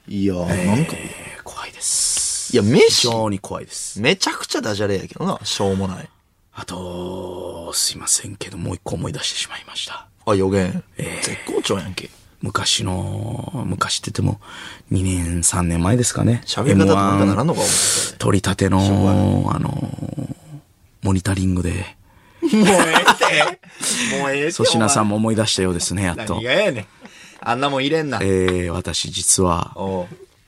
いやー、なんか、えいええ怖いです。や、非飯、常に怖いです。めちゃくちゃダジャレやけどな、しょうもない。あと、すいませんけど、もう一個思い出してしまいました。あ、予言。絶好調やんけ。昔の、昔って言っても、2年、3年前ですかね。喋り方となんかならんのか、お前取り立ての、あの、モニタリングで、もうええって粗品さんも思い出したようですね、やっと何。がやねん。あんなもん入れんな。えー、私実は、おう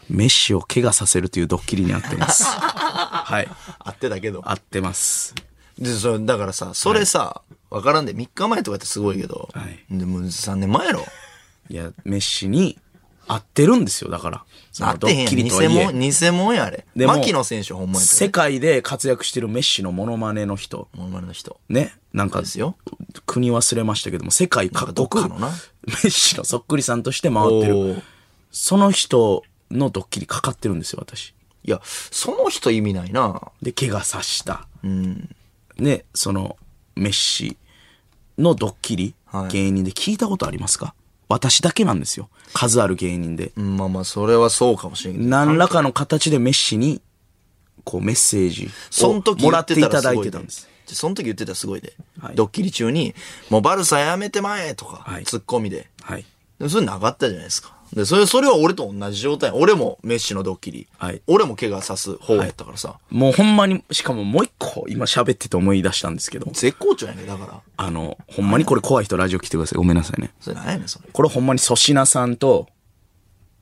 メッシを怪我させるというドッキリにあって *laughs* ます。はい。あってたけど。あってます。で、それだからさ、それさ、わからんで、3日前とかってすごいけど、はいでも3年前やろ。いや、メッシに合ってるんですよ、だから。そなのってへんやん。偽とはいえ物、偽物やあれ。でも牧野選手ほんまや世世界。界で活躍してるメッシのモノマネの人、モノマネの人。ね、なんかですよ、国忘れましたけども、世界各どっ国、かのな *laughs* メッシのそっくりさんとして回ってる。ーその人のドッキリかかってるんですよ、私。いや、その人意味ないな。で、怪我さした。うん。ね、その、メッシのドッキリ、はい芸人で聞いたことありますか私だけなんですよ。数ある芸人で。うんまあまあ、それはそうかもしれんけど。何らかの形でメッシに、こう、メッセージそをの時もらってい言ただすいごてでたんです。。でその時言ってたらすごいで。はいドッキリ中に、もうバルサやめてまえとか、はいツッコミで。はい。でもそれなかったじゃないですか。で、それ、それは俺と同じ状態。俺もメッシのドッキリ。はい俺も怪我さす方やったからさ。もうほんまに、しかももう一個、今喋ってて思い出したんですけど、絶好調やねだから。あの、ほんまにこれ怖い人ラジオ来てください。ごめんなさいね。それ何やねん、それ。これほんまに粗品さんと、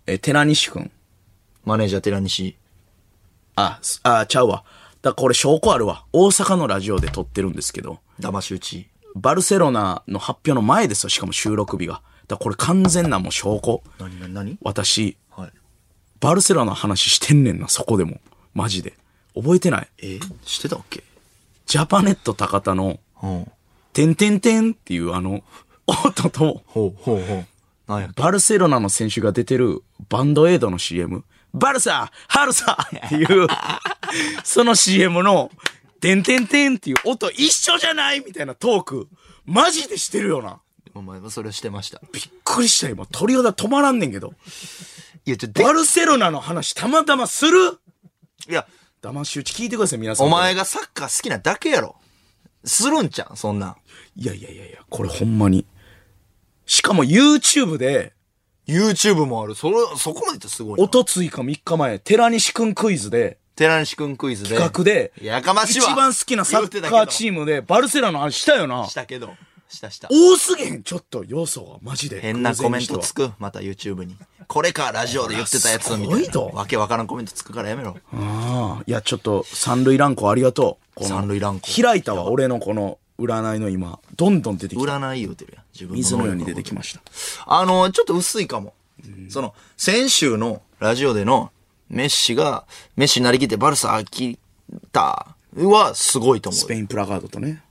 え、寺西くん。マネージャー寺西。あ、すあ、ちゃうわ。だからこれ証拠あるわ。大阪のラジオで撮ってるんですけど、騙し討ち。バルセロナの発表の前ですよ、しかも収録日が。だからこれ完全なもう証拠。何何何私、はい。バルセロナの話してんねんな、そこでも。マジで。覚えてないえしてたっけジャパネット高田の、ほうてんてんてんっていうあの、音と、ほうほうほう。なんやっけバルセロナの選手が出てるバンドエイドの CM、バルサハルサっ *laughs* ていう、その CM の、てんてんてんっていう音一緒じゃないみたいなトーク、マジでしてるよな。お前もそれをしてました。びっくりした今、鳥肌止まらんねんけど。いや、ちょ、で、バルセロナの話たまたまするいや、騙し討ち聞いてください、皆さん。お前がサッカー好きなだけやろ。するんちゃん、そんなん。いやいやいやいや、これほんまに。しかも YouTube で、 YouTube もある。それ、そこまで言ってすごいな。おとついか3日前、寺西くんクイズで、寺西くんクイズで。企画で、やかましい一わ。番好きなサッカーチム。ームで、バルセロナの話したよなし。たけど、したした。多すぎへん、ちょっと要素が、マジで。変なコメントつく。く。また YouTube に。これか、ラジオで言ってたやつみたすごいいな。ぞわけわからんコメントつくからやめろ。ああ、いや、ちょっと、三塁ランコありがとう。この三塁ランコ開いたわ、俺のこの、占いの今、どんどん出てきた。占い言うてるやん。自分水のように出てきまました。す。あの、ちょっと薄いかも。その、先週のラジオでのメッシが、メッシになりきってバルサ飽きたはすごいと思スペインプラカードとね。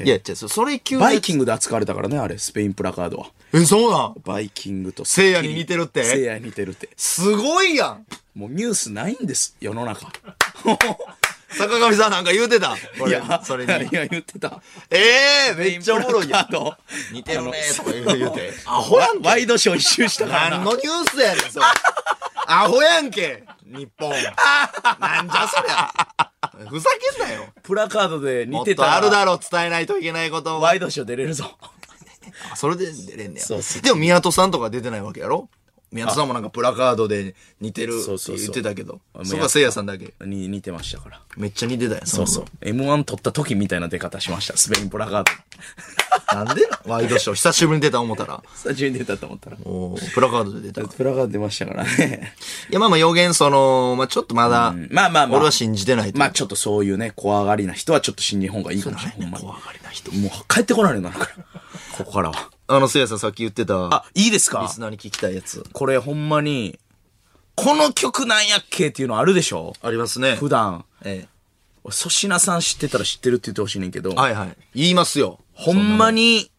う。いや、じゃそれ級のやつバイキングで扱われたからね、あれ、スペインプラカードは。え、そうなんバイキングと聖夜に似てるって聖夜に似てるって。すごいやんもうニュースないんです、世の中。坂上さんなんか言うてた。こいれや、、それいに。や、言ってた。ええめっちゃおもろいやんスペインプラカー。ド *laughs* 似てるねとか言う言うて。アアホやんけワイドショー一周したから何な。のニュースやねん、そ *laughs* れ。アホやんけ、日本。なんじゃそり *laughs* ゃ。ふざけんなよ。プラカードでも似ってたとら。あるだろ、伝えないといけないことワは。イドショー出れるぞ。それで出れんねや。そうそうでも、宮戸さんとか出てないわけやろ宮戸さんもなんかプラカードで似てるって言ってたけど。そうそうそうそこはせいやさんだけ。に似てましたから。めっちゃ似てたやん。そう。 M1 取った時みたいな出方しました。スペインプラカード。なんでなワイドショー、久しぶりに出た思ったら。久しぶりに出たと思ったら。おープラカードで出た。いプラカード出ましたからね。や、まあまあ、予言、その、まあちょっとまだ、まあまあまあ。俺は信じてないとまあちょっとそういうね、怖がりな人はちょっと信じん方がいいかもしれない。ほんまに。もう帰ってこられるようになるから。ここからは。あの、せいやさんさっき言ってたあ、、いいですかリスナーに聞きたいやつ。これほんまに、この曲なんやっけっていうのあるでしょありますね。普段。え俺粗品さん知ってたら知ってるって言ってほしいねんけど、え。はいはい。言いますよ。ほんまに、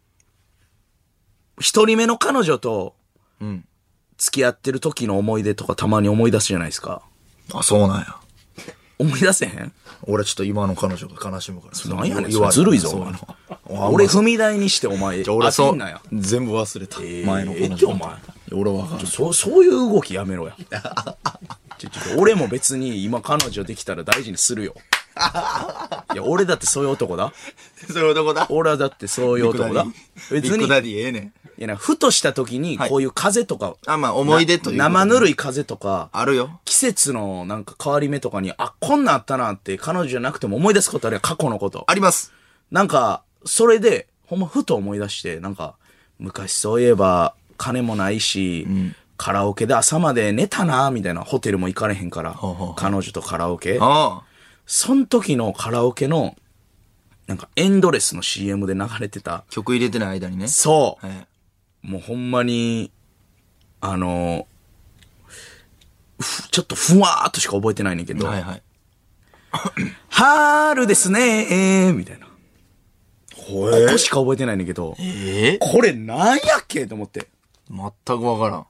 一人目の彼女とうん。付き合ってる時の思い出とかたまに思い出すじゃないですか。あ、そうなんや。思い出せへん俺ちょっと今の彼女が悲しむから。なんやねん。言われずるいぞ。そうおな前の俺踏み台にしてお前、俺そ飽きうんなよ。全部忘れた。前のええ彼って女。お前。俺は分かる。そそういう動きやめ *laughs* ろや。ちょちょ俺も別に今彼女できたら大事にするよ。いや、俺だってそういう男だ。それはどこだ俺はだってそういう男だ。ビ別ッにグ、ダディええねん。いやなふとした時にいこういう風とか、あまあ思い出というなことで生ぬるい風とか、あるよ。季節のなんか変わり目とかに、あ、こんなんあったなって彼女じゃなくても思い出すことあるやん過去のこと。あります。なんか、それで、ほんまふと思い出して、なんか、昔そういえば、金もないし、カラオケで朝まで寝たな、みたいな、ホテルも行かれへんから、うほうほう彼女とカラオケ。ああ。そん時のカラオケの、なんか、エンドレスの CM で流れてた、曲入れてない間にね。そう、はい。もうほんまに、あの、ふちょっとふわーっとしか覚えてないねんけど、はいはい。春ですねー、みたいな。ここしか覚えてないねんけど、ええこれなんやっけと思って。全くわからん。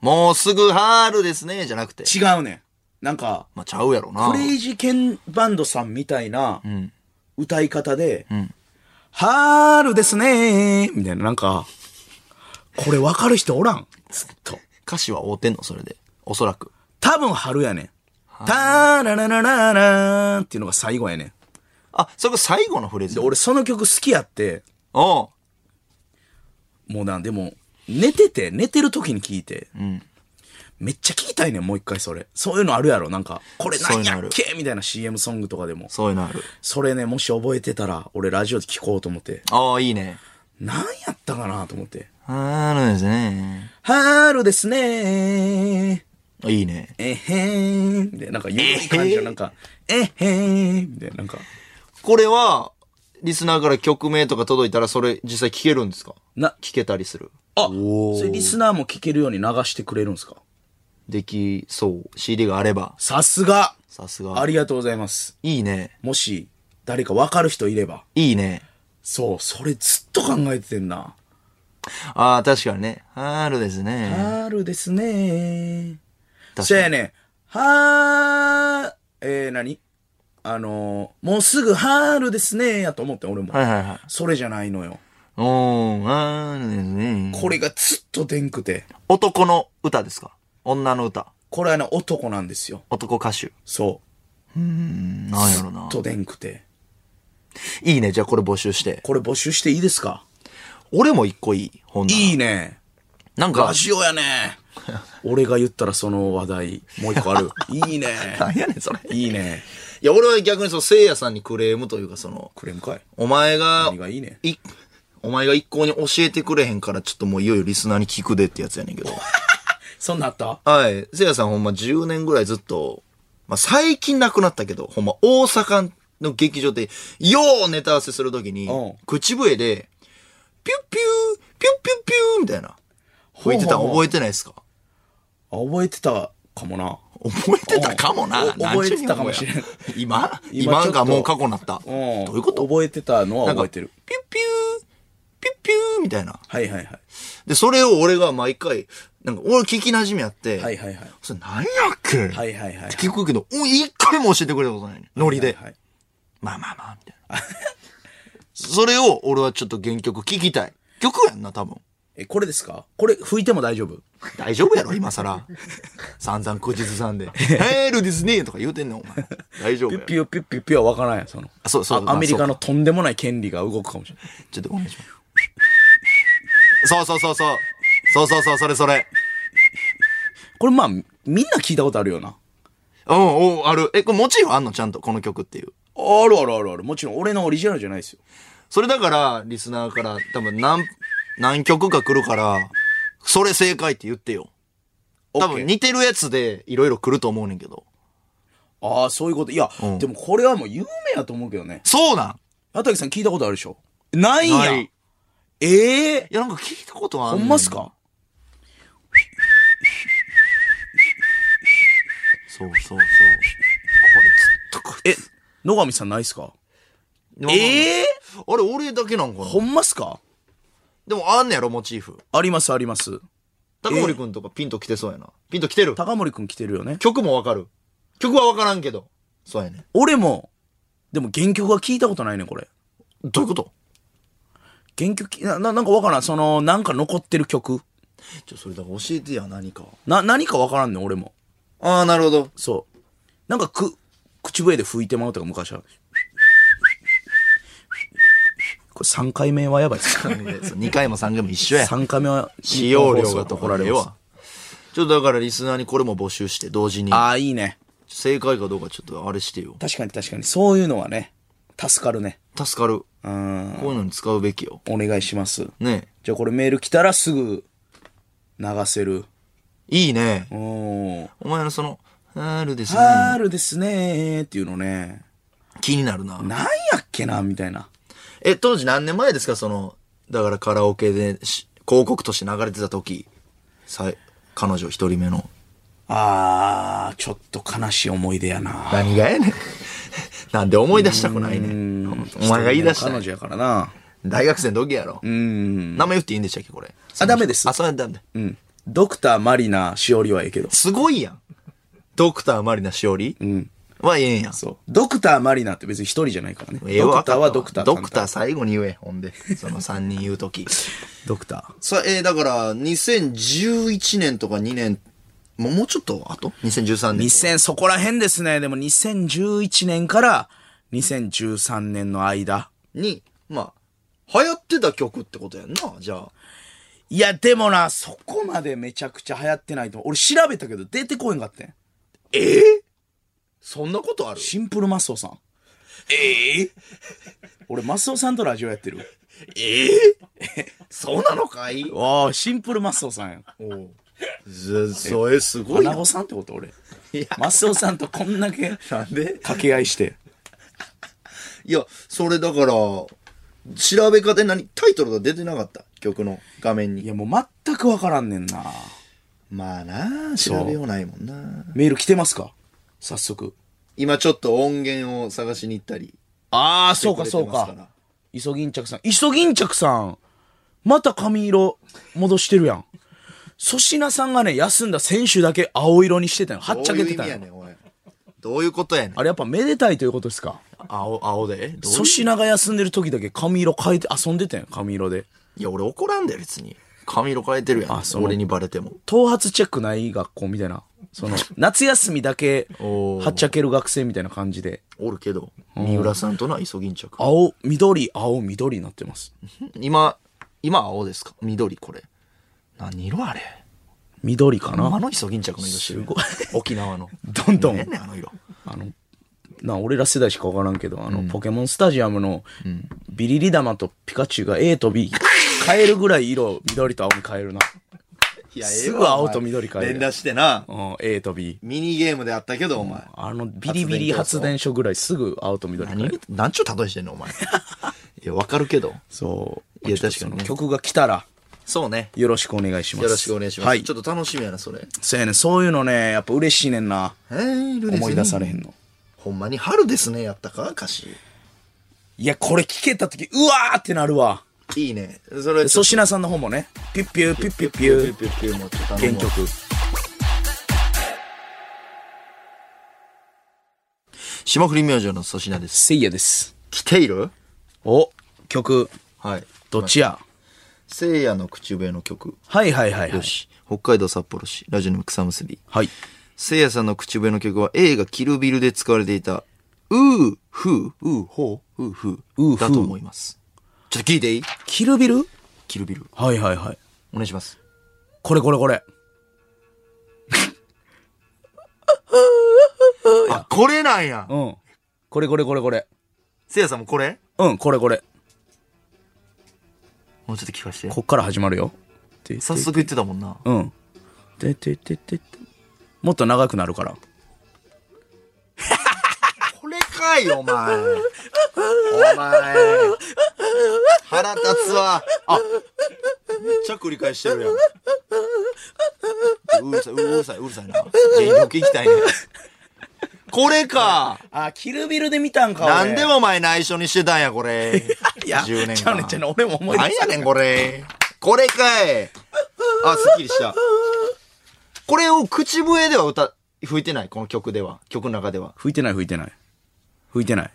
もうすぐ春ですね、じゃなくて。違うねん。なんか、まあ、ちゃうやろな。クレイジーケンバンドさんみたいなうん。歌い方で、んはーるですねーみたいな、なんか、これわかる人おらんずっと。歌詞は合うてんのそれで。おそらく。多分春やねん。たーらららららーんっていうのが最後やねん。あ、それが最後のフレーズ。で、俺その曲好きやって、おう。もうなんでも、寝てて、寝てる時に聞いて、んめっちゃ聞きたいねん、もう一回それ。そういうのあるやろ、なんか、これなそういんうのやあるっけみたいな CM ソングとかでも。そういうのある。それね、もし覚えてたら、俺ラジオで聞こうと思って、ああ、いいね。何やったかなと思って。春ですね。春ですねあいいね。えへん。で、なんか、ゆるい感じのなんか、えへん。で、なんか、これは、リスナーから曲名とか届いたら、それ実際聞けるんですかな、聞けたりする。あ、それリスナーも聞けるように流してくれるんですかできそう。CD があれば。さすがさすが。ありがとうございます。いいね。もし、誰か分かる人いれば。いいね。そう、それずっと考えてんな。ああ、確かにね。あるですね。春ですね確そかうにやねん。はー、えー、何あのー、もうすぐ春ですねやと思ってん俺も。はいはいはい。それじゃないのよ。うーん、あるですね。これがずっとでんくて。男の歌ですか女の歌。これはね、男なんですよ。男歌手。そなんやろなう。。とでんくて。いいね。じゃあこれ募集して。これ募集していいですか俺も一個いい。ほんならいいね。なんかラ、ジオ *laughs* やね。俺が言ったらその話題、もう一個ある。いいね。 *laughs* なんやねんそれ。いいいね。や、俺は逆にその、聖夜さんにクレームというか、その、クレームかい。お前が何、がいいね。いお前が一向に教えてくれへんから、ちょっともういよいよリスナーに聞くでってやつやねんけど。そんなんあったはい。せいやさんほんま10年ぐらいずっと、まあ、最近亡くなったけど、ほんま大阪の劇場で、ようネタ合わせするときにうん、口笛で、ピュッピュー、ピュッピュッピューみたいな。吹いてたん覚えてないですかあ、覚えてたかもな。覚えてたかもな。お覚えてたかもしれんなんちゅう日本語や。今今今ちょっとがもう過去になった。どううん。いうこと覚えてたのはなんか覚えてる。。ピュッピュー、ピュッピューみたいな。はいはいはい。で、それを俺が毎回、なんか俺聞き馴染みあって、はいはいはい。それ何やっけははいはいはいって聞くけど、お一回も教えてくれたことないね。ノリで。はいはいまあまあまあ、みたいな。 *laughs* それを俺はちょっと原曲聞きたい。曲やんな、多分。え、これですかこれ拭いても大丈夫大丈夫やろ、今更。散々口ずさんで。ヘールですねとか言うてんねん、お前。大丈夫ピやろュッピュッピュッピュッピュは分からんやん、その。あそうそうあまあアメリカそのとんでもない権利が動くかもしれない。ちょっとお願いします。そうそうそうそう。そうそうそう、それそれ。これまあ、みんな聞いたことあるよな。うん、おある。え、これモチーフあんのちゃんと、この曲っていう。あるあるあるある。もちろん俺のオリジナルじゃないですよ。それだから、リスナーから多分何、何曲か来るから、それ正解って言ってよ。多分 OK 似てるやつでいろいろ来ると思うねんけど。ああ、そういうこと。いや、うんでもこれはもう有名やと思うけどね。そうなん畑さん聞いたことあるでしょないんや。ないいええや、なんか聞いたことはあほんねんますかそうそうそう。これずっとこえ、野上さんないっすかれ。ええあれ、俺だけなんかなほんますかでもあんねやろ、モチーフ。ありますあります。高森くんとかピンと来てそうやな。ピンと来てる。高森くん来てるよね。曲もわかる。曲はわからんけど。そうやね。俺も、でも原曲は聞いたことないね、これ。どういうこと原曲き、な、ななんかわからん。その、なんか残ってる曲。ちょ、それだから教えてや、何か。な、何かわからんねん、俺も。ああ、なるほど。そう。なんかく、口笛で吹いてまうとか昔は。これ3回目はやばいっす。 2回も3回も一緒や。 3回目は使用量がと怒からられれるは。ちょっとだからリスナーにこれも募集して、同時に。ああ、いいね。正解かどうかちょっとあれしてよ。確かに確かに。そういうのはね、助かるね。助かる。うーん。こういうのに使うべきよ。お願いします。ねじゃあこれメール来たらすぐ流せる。え。いいねう。ーん。お前のその、あるですね。春ですねーっていうのね。気になるな。なんやっけなみたいな。え、当時何年前ですかその、だからカラオケでし広告として流れてた時。さい彼女一人目の。あー、ちょっと悲しい思い出やな。何がやねん。 *laughs* なんで思い出したくないねん。お前が言い出したん彼や。女やからな。大学生の時やろ。うーん。名前言っていいんでしたっけこれ。あ、ダメですあ、。それはダメだ。うん。ドクターマリナしおりはええけど。すごいやん。ドクターマリナしおりうん。はええんやん。そう。ドクターマリナって別に一人じゃないからね。ええドわクターはドクタードクター単最後に言え、ほ *laughs* んで。その3人言うとき。体。ドクター。さ、えー、だから、2011年とか2年、もうもうちょっと後 ?2013 年。 2000、そこら辺ですね。でも2011年から2013年の間。に、まあ、流行ってた曲ってことやんな、じゃあ。いや、でもな、そこまでめちゃくちゃ流行ってないと思う。俺調べたけど出てこえんかってん。ええそんなことあるシンプルマスオさん。ええ俺、マスオさんとラジオやってる。ええ *laughs* そうなのかいわあ、シンプルマスオさんやん。おうずそれすごい穴な子。さんってこと俺いや。マスオさんとこんだけなんで掛け合いして。いや、それだから、調べ方で何、タイトルが出てなかった曲の画面いに。や、もう全くわからんねんな。まあなあそう調べようないもんなメール来てますか早速。今ちょっと音源を探しに行ったりああ、そうか、してそくれうてますか。イソギンチャクさん。イソギンチャクさん、また髪色戻してるやん。粗品さんがね、休んだ選手だけ青色にしてたの。はっちゃけてたどういう意味やのねんおいどういうことやねんあれやっぱめでたいということですか青青でどういう粗品が休んでる時だけ髪色変えて遊んでたやん、髪色で。いや俺怒らんだよ別に髪色変えてるやんあそう俺にバレても頭髪チェックない学校みたいな。*laughs* その、夏休みだけ、おーはっちゃける学生みたいな感じで。おるけど三浦さんとな磯銀着青、緑、青、緑になってます。今今青ですか緑これ何色あれ緑かあなの磯銀着の色してるすごい沖縄 *laughs* のどんどん何やねんあの色あの、な、俺ら世代しかわからんけど、あの、ポケモンスタジアムの、ビリリ玉とピカチュウが A と B、変えるぐらい色、緑と青に変えるな。いやすぐ青と緑変える連打してなうん、A と B。ミニゲームであったけどお前あの、ビリビリ発電所ぐらいすぐ青と緑変える。何何ちゅう例えしてんのお *laughs* 前いやわかるけどそう。いやちょっとその確かにね曲が来たら、そうねよろしくお願いします。よろしくお願いします、はいち。ょっと楽しみやなそれそうやねんそういうのね、やっぱ嬉しいねんな。思い出されへんの。ほんまに春ですねやったか歌詞いや、これ聞けた時、うわーってなるわ。いいねそれで粗品さんの方もね、ピュッピュー、ピュッピュッピュー、ピュッピュッピュッもうちょっと頼原むわ曲。霜降り明星の粗品ですせいやです。来ているお、曲、はいどっちや、せいやの口笛の曲はいはいはいはい。よし北海道札幌市ラジオネーム草むすびはい。せいやさんの口笛の曲は映画キルビルで使われていたうーふーうーほーうーふうーふーーだと思いますちょっと聞いていいキルビルキルビルはいはいはい。お願いしますこれこれこれ。あこれなんやうん。これこれこれこれ。せいやさんもこれうん、これこれ。もうちょっと聞かせてこっから始まるよ。て早。速言ってたもんなうん。ててててて。もっと長くなるから。これかい、お前。お前。腹立つわ。あ、めっちゃ繰り返してるやん。うるさい、うるさい、うるさいな。原曲行きたいね。これか。あ、キルビルで見たんかなんで。もお前内緒にしてたんや、これ。いや、 10年間ちゃうねんちゃうねん俺も思い出なんしたやねん、これ。これかい。あ、すっきりした。これを口笛では歌、吹いてない、この曲では。曲の中では。吹いてない吹いてない。吹いてない。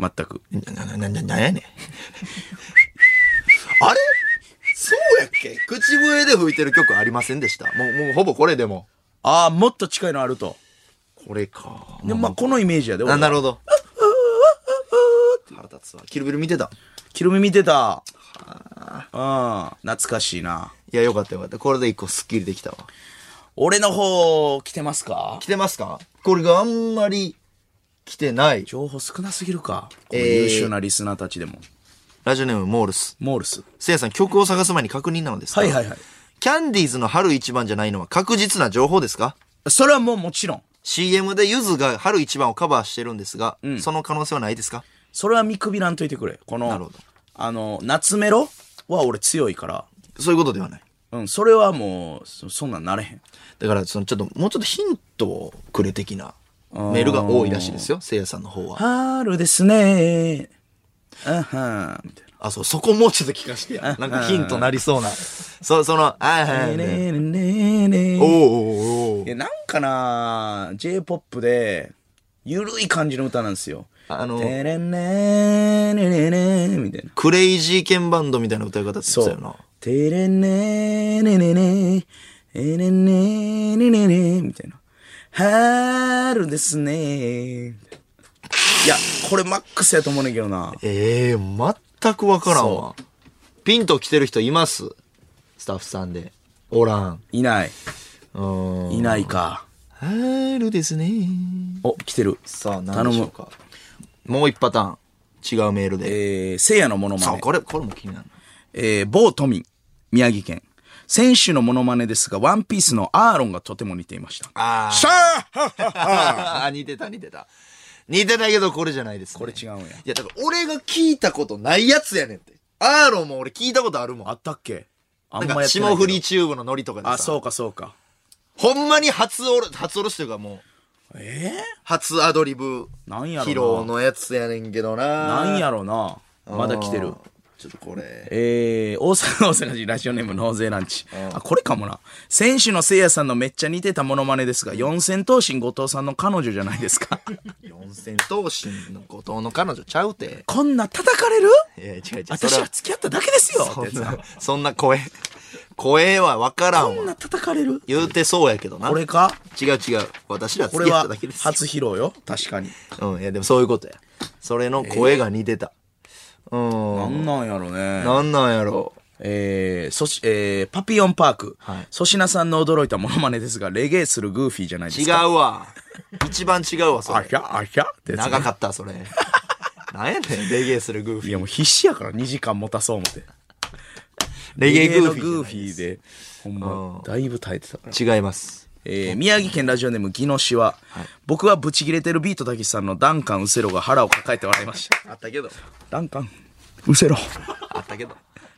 全く。な、な、な、な、なんやねん。 *laughs* あれそうやっけ口笛で吹いてる曲ありませんでした。もう、もうほぼこれでも。ああ、もっと近いのあると。これか。でもまあ、このイメージやで。な、なるるほど。腹立つわ。キルビル見てた。キルミ見てた。ああ、懐かしいな。いや、よかったよかった。これで一個スッキリできたわ。俺の方、来てますか来てますかこれがあんまり来てない。情報少なすぎるか。こえーの優秀なリスナーたちでも。ラジオネームモールス。モールス。せいやさん、曲を探す前に確認なのですがはいはいはい。キャンディーズの春一番じゃないのは確実な情報ですかそれはもうもちろん。 CM でゆずが春一番をカバーしてるんですが、その可能性はないですかそれは見くびらんといてくれ。こなるほのど、あの、夏メロは俺強いから。そういうことではない。うん、それはもう、そそんなんなれへん。だから、そのちょっと、もうちょっとヒントをくれ的なメールが多いらしいですよ、せいやさんの方は。春ですねあはん。みたいな。あ、そう、そこもうちょっと聞かしてや。 *laughs* なんかヒントなりそうな。そ、その、あはいねはい。えねえねえねえおーおーおいーや、なんかな J-POP で、ゆるい感じの歌なんですよ。あのてれんねーねねねーみたいな。クレイジーケンバンドみたいな歌い方って言そってたよなう。。てれんねーねねねーえねんねーねねねーみたいな。春ですねーいや、これマックスやと思うねんけどな。ええ全くわからんわそ。ピンと来てる人いますスタッフさんで。おらん。いない。うーん。いないか。春ですね。お、来てる。さあ、何でしょうか。もう一パターン。違うメールで。えー、せいやのモノマそネう、。これ、これも気になる。えー、某都民、宮城県。選手のモノマネですが、ワンピースのアーロンがとても似ていました。あーシャーあー似てた、似てた。似てたけど、これじゃないです、ね。これ違うんやいや、だから俺が聞いたことないやつやねんって。アーロンも俺聞いたことあるもん。あったっけあなんやか、ってないけど霜降りチューブのノリとかでさ。あ、そうかそうか。ほんまに初おろ、初おろしというかもう、え初アドリブ、なんやろな披露のやつやねんけどー、な。なんやろな。まだ来てる。ちょっとこれ。えー、大阪大阪市ラジオネーム納税ランチ。あ、これかもな。選手のせいやさんのめっちゃ似てたモノマネですが、四千頭身後藤さんの彼女じゃないで *laughs* すか。四千頭身の後藤の彼女ちゃうて。こんな叩かれるいや、違う違う。私は付き合っただけですよ *laughs* そってれやつなはそんな声。声はわからこんんわな。叩かれる言うてそうやけどな。これか違う違う。私らこ付れき合っはただけですよ。初披露よ。確かに。うん、いや、でもそういうことや。それの声が似てた。なうん。んなんやろね。なんなんやろえー、そし、えー、パピヨンパーク。はい粗品さんの驚いたモノマネですが、レゲエするグーフィーじゃないで違すか。うわ。一番違うわ、そあれ。ひゃ、あひゃってやつね長かった、 *laughs* それ。なんやねん、レゲエするグーフィいー。やもう必死やから2時間持たそう思って。レゲエグーフィー。レゲエのグーフィーで、ほんま、だいぶ耐えてたから。違います。えー、宮城県ラジオネーム、ギノシワ。僕はブチギレてるビートたけしさんのダンカン・ウセロが腹を抱えて笑いました。あったけど。ダンカン、ウセロ。あったけど。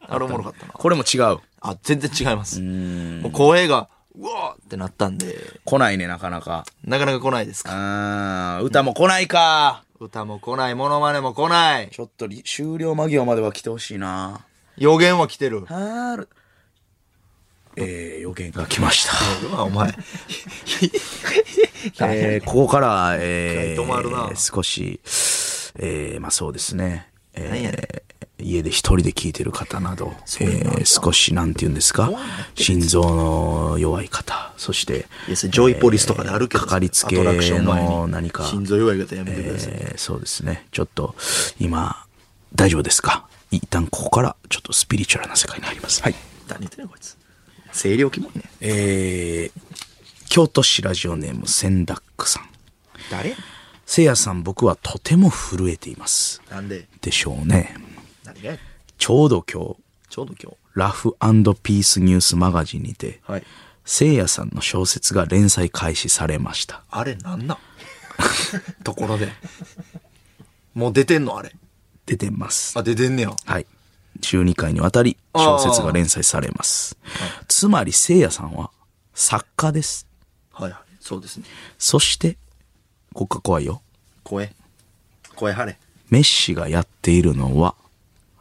あれおもろかったな。これも違う。あ、全然違います。もう声が、うわーってなったんで、来ないね、なかなか。なかなか来ないですか。あー、歌も来ないか。歌も来ない、モノマネも来ない。ちょっとり終了間際までは来てほしいな。予言は来てる。ある。えー、予言が来ました。うわ、お前。えー、ここからは、えー、一回止まるな少し、えー、まあそうですね。えー何やねん家で一人で聞いてる方など、えー、少し、なんて言うんですか、心臓の弱い方、そして、いや、それジョイポリスとかであるけど、かかりつアけトラクション前にの何か心臓弱い方やめてください。えーそうですね。ちょっと、今、大丈夫ですか一旦ここから、ちょっとスピリチュアルな世界に入ります。はい。何言ってんのこいつ。声量キモいね。えー、京都市ラジオネーム、センダックさん。誰せいやさん、僕はとても震えています。なんででしょうね。何がやちょうど今日、ちょうど今ラフピースニュースマガジンにて、日。はい。せいやさんの小説が連載開始されました。あれなんなんところで。もう出てんのあれ。出てます。あ、出てんねや。はい。12回にわたり小説が連載されます。つまりせいやさんは作家です。はいはい。そうですね。そして、こっから怖いよ。声。声張れ。メッシがやっているのは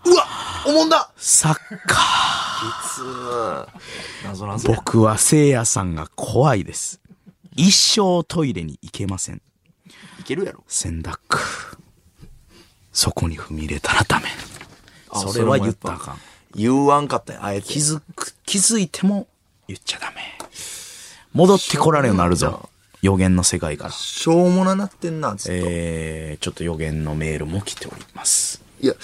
うわおもんだサッカー。つー。謎謎や。僕はせいやさんが怖いです。一生トイレに行けません。いけるやろ。センダック。そこに踏み入れたらダメ。あそれはも言やっぱたらあかん。言わんかったんや、あえて気。づく、気づいても言っちゃダメ。戻ってこられるようになるぞ。予言の世界から。しょうもななってんな、つって。えー、ちょっと予言のメールも来ております。いや、う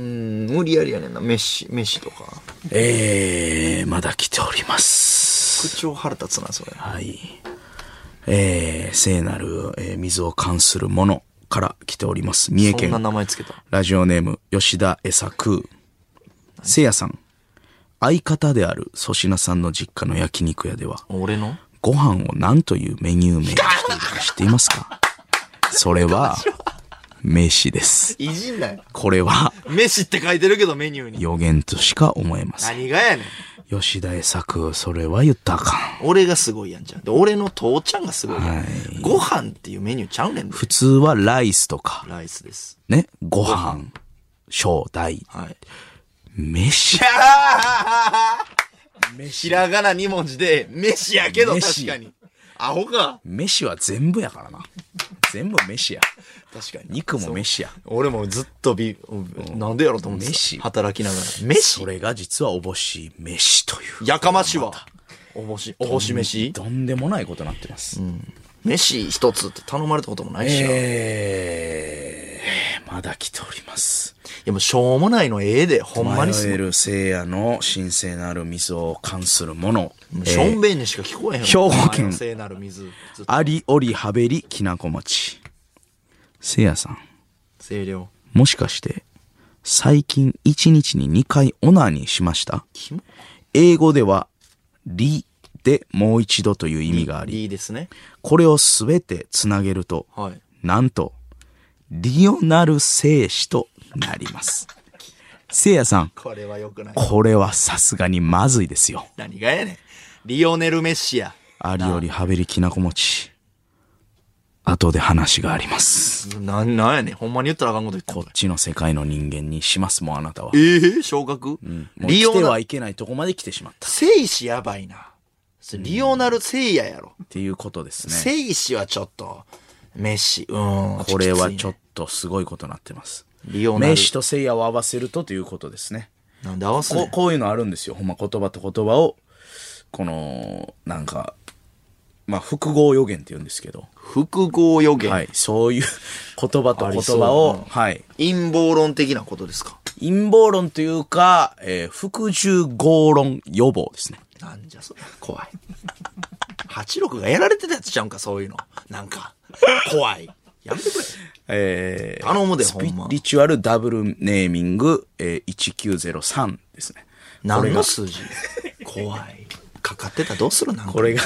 ーん、無理やりやねんな。メッシ、メッシとか。えー、まだ来ております。口調腹立つな、それ。はい。えー、聖なる、えー水を冠するものから来ております。三重そんな名県、前つけた。ラジオネーム、吉田江作。せいやさん、相方である粗品さんの実家の焼肉屋では、俺のご飯を何というメニュー名にしているか知っていますかそれは、飯です。いじんなよ。これは、メシって書いてるけど、メニューに。予言としか思えません。何がやねん。吉田栄作、それは言ったらあかん。俺がすごいやんじゃん。で、俺の父ちゃんがすごいやん。はいご飯っていうメニューちゃうねんで。普通はライスとか、ライスです。ね、ご飯、正代、はい。飯。 *laughs* ひらがな2文字で、飯やけど飯確かに。アホか。飯は全部やからな。全部飯や。確かに。肉も飯や。俺もずっとび、なんでやろうと思って飯た。働きながら。飯それが実はおぼし飯という。やかましいわ。おぼし、おぼし飯とんでもないことになってます。飯一つって頼まれたこともないしな。いえー、まだ来ております。やもうしょうもないのええで、ほんまにす迷ごえい。る聖夜の神聖なる水を冠するもの。しょんべんにしか聞こえへんわ。兵庫県お前の聖なる水。ずっとありおりはべりきなこ餅。聖夜さん、清涼。もしかして、最近1日に2回オナニーしましたキモ英語では、リでもう一度という意味があり、いいですね。これをすべてつなげると、はい。なんと、リオナル聖子となります。聖夜さん、これは良くない。これはさすがにまずいですよ。何がやねん。リオネル・メッシや。ありよりはべりきなこ餅。後で話があります。なん、なんやねん。ほんまに言ったらあかんこと言ってんこのっちの世界の人間にしますもん、あなたは。ええ昇格、もうリ来オてナは、いけないとこまで来てしまった。っ聖子やばいな。それリオナル聖夜やろ。ていうことですね。聖子はちょっと、メッシ、うん。これはきついねちょっとすごいことになってます。リオナル名詞と聖夜を合わせるとということですね。なんで合わすねこんこういうのあるんですよ。ほんま言葉と言葉を、この、なんか、まあ複合予言って言うんですけど、複合予言、はい。そう *laughs* いう言葉とあ言りそう葉うんを、はい。陰謀論的なことですか。陰謀論というか、えー、服従合論予防ですね。なんじゃそれ。怖 *laughs* い。86がやられてたやつちゃうんか、そういうの。なんか、怖い。やめてくれ。えー、頼むで、スほピんま。リチュアルダブルネーミング、えー、1903ですね。何の数字怖い。かかってたらどうするなんかこ *laughs* れが、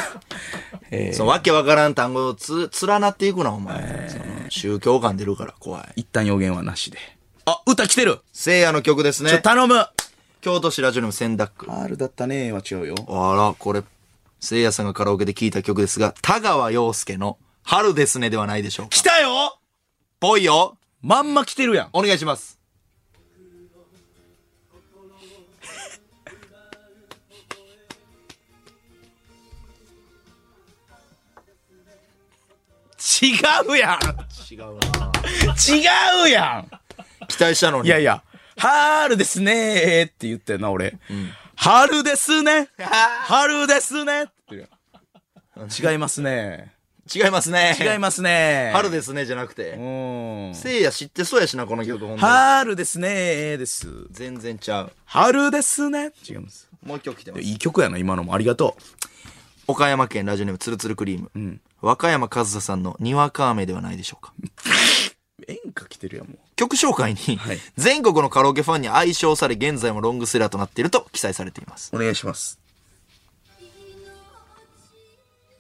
そのわけわからん単語をつ、連なっていくな、お前。その宗教感出るから怖い。一旦予言はなしで。あ、歌来てる聖夜の曲ですちょ、ね。頼む京都市ラジオネームセンダック。 !R だったねは違うよ。あら、これ、聖夜さんがカラオケで聴いた曲ですが、田川陽介の春ですねではないでしょうか。来たよぽいよまんま来てるやん。お願いします。違うやん違うな違うやん期待したのに。いやいや、春ですねーって言ってんな、俺。春ですね春ですねって言うやん違いますね。違いますね。違いまますね。す。春ですね、じゃなくうて。ん。聖夜知ってそうやしな、この曲、ほんまに春ですねーです。全然ちゃう。春ですね。違います。もう一曲来てます。いい曲やな、今のも。ありがと岡山県ラジオネームつるつるクリーム、和歌山和沙さんのにわか雨ではないでしょうかう。演歌来てるやん、もう。曲紹介に、い全国のカラオケファンに愛称され現在もロングセラーとなっていると記載されていますお願いします。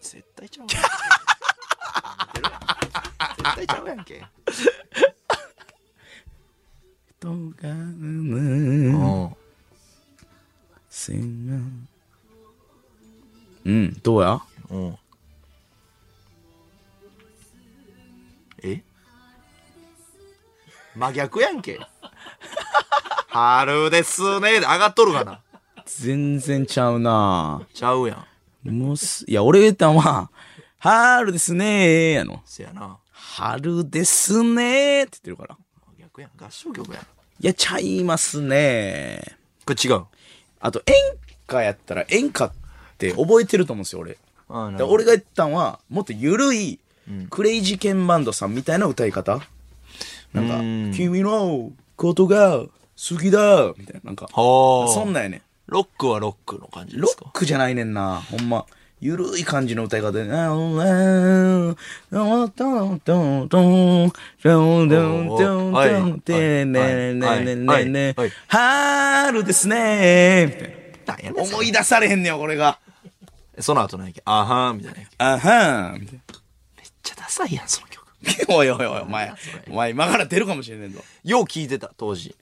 絶対ちゃうやん絶対ちゃうやんけとがうむんせが。うん、どうやうんえ真逆やんけ春ですね上がっとるかな全然ちゃうなちゃうやんもうす、いや、俺が言ったんは、春ですねーやの。せやな春ですねーって言ってるから。真逆やん合唱曲やんいや、ちゃいますねー。これ違うあと、演歌やったら演歌って覚えてると思うんですよ、俺。ああなでるほど俺が言ったんは、もっとゆるい、クレイジーケンバンドさんみたいな歌い方。なんか、うん君のことが好きだ、みたいな。なんか、はあ。そんなんやねん。ロックはロックの感じでロすかックじゃないねんな。ほんま。ゆるい感じの歌い方で、あーあートントントントントントントンてねねねねね春ですねみたいなんやなねんそ思れい出されへんねんよ、これが。その後なんやっけあはーみたいなやっけ。めっあはんみたいな。ちゃダサいやん、その曲。おいおいおい、お前、お前今から出るかもしれねえぞ。よう聞いてた、当時。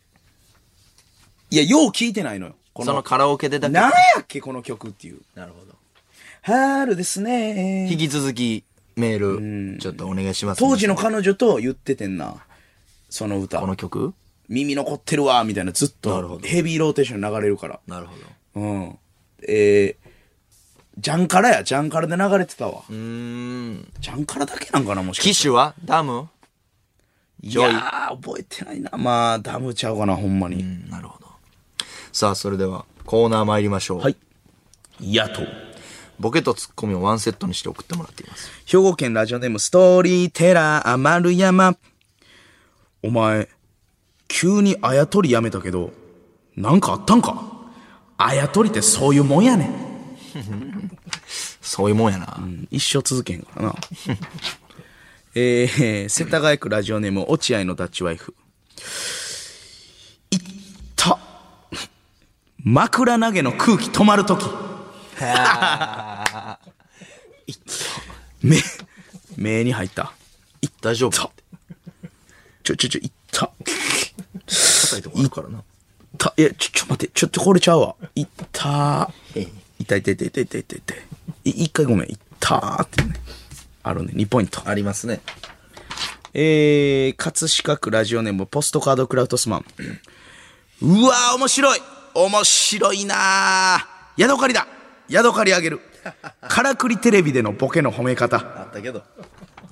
いや、よう聞いてないのよ。こそのの、カラオケでだけ。なんやっけ、この曲っていう。なるほど。春ですね引き続き、メール、ちょっとお願いしますね、当時の彼女と言っててんな。その歌。この曲耳残ってるわ、みたいな、ずっなるほとどヘビーローテーション流れるから。なるほど。うん。えー、ジャンカラや、ジャンカラで流れてたわ。うーん。ジャンカラだけなんかな、もしか機して。種はダムいジョイやー、覚えてないな。まあ、ダムちゃうかな、ほんまうに。ん、なるほど。さあ、それでは、コーナー参りましょう。はい。いやと。ボケとツッコミをワンセットにして送ってもらっています。兵庫県ラジオネームストーリーテラー丸山。お前、急にあやとりやめたけど、なんかあったんかあやとりってそういうもんやねん。そういうもんやな。一生続けへんからな。 *laughs* えー、世田谷区ラジオネーム、落合のダッチワイフ。いった。枕投げの空気止まるとき。目、目に入った。大丈夫ちょ、ちょ、ちょ、いった。硬いとこあるからな。た、いや、ちょ、ちょ、待って、ちょっとこれちゃうわ。いった。ええ痛い痛い痛い痛い痛い痛い痛い。い一回ごめん、いったーってね。あるね、2ポイント。ありますね。えー、葛飾区ラジオネームポストカードクラウトスマン。うわー、面白い面白いなーヤドカリだヤドカリあげる。からくりテレビでのボケの褒め方。あったけど。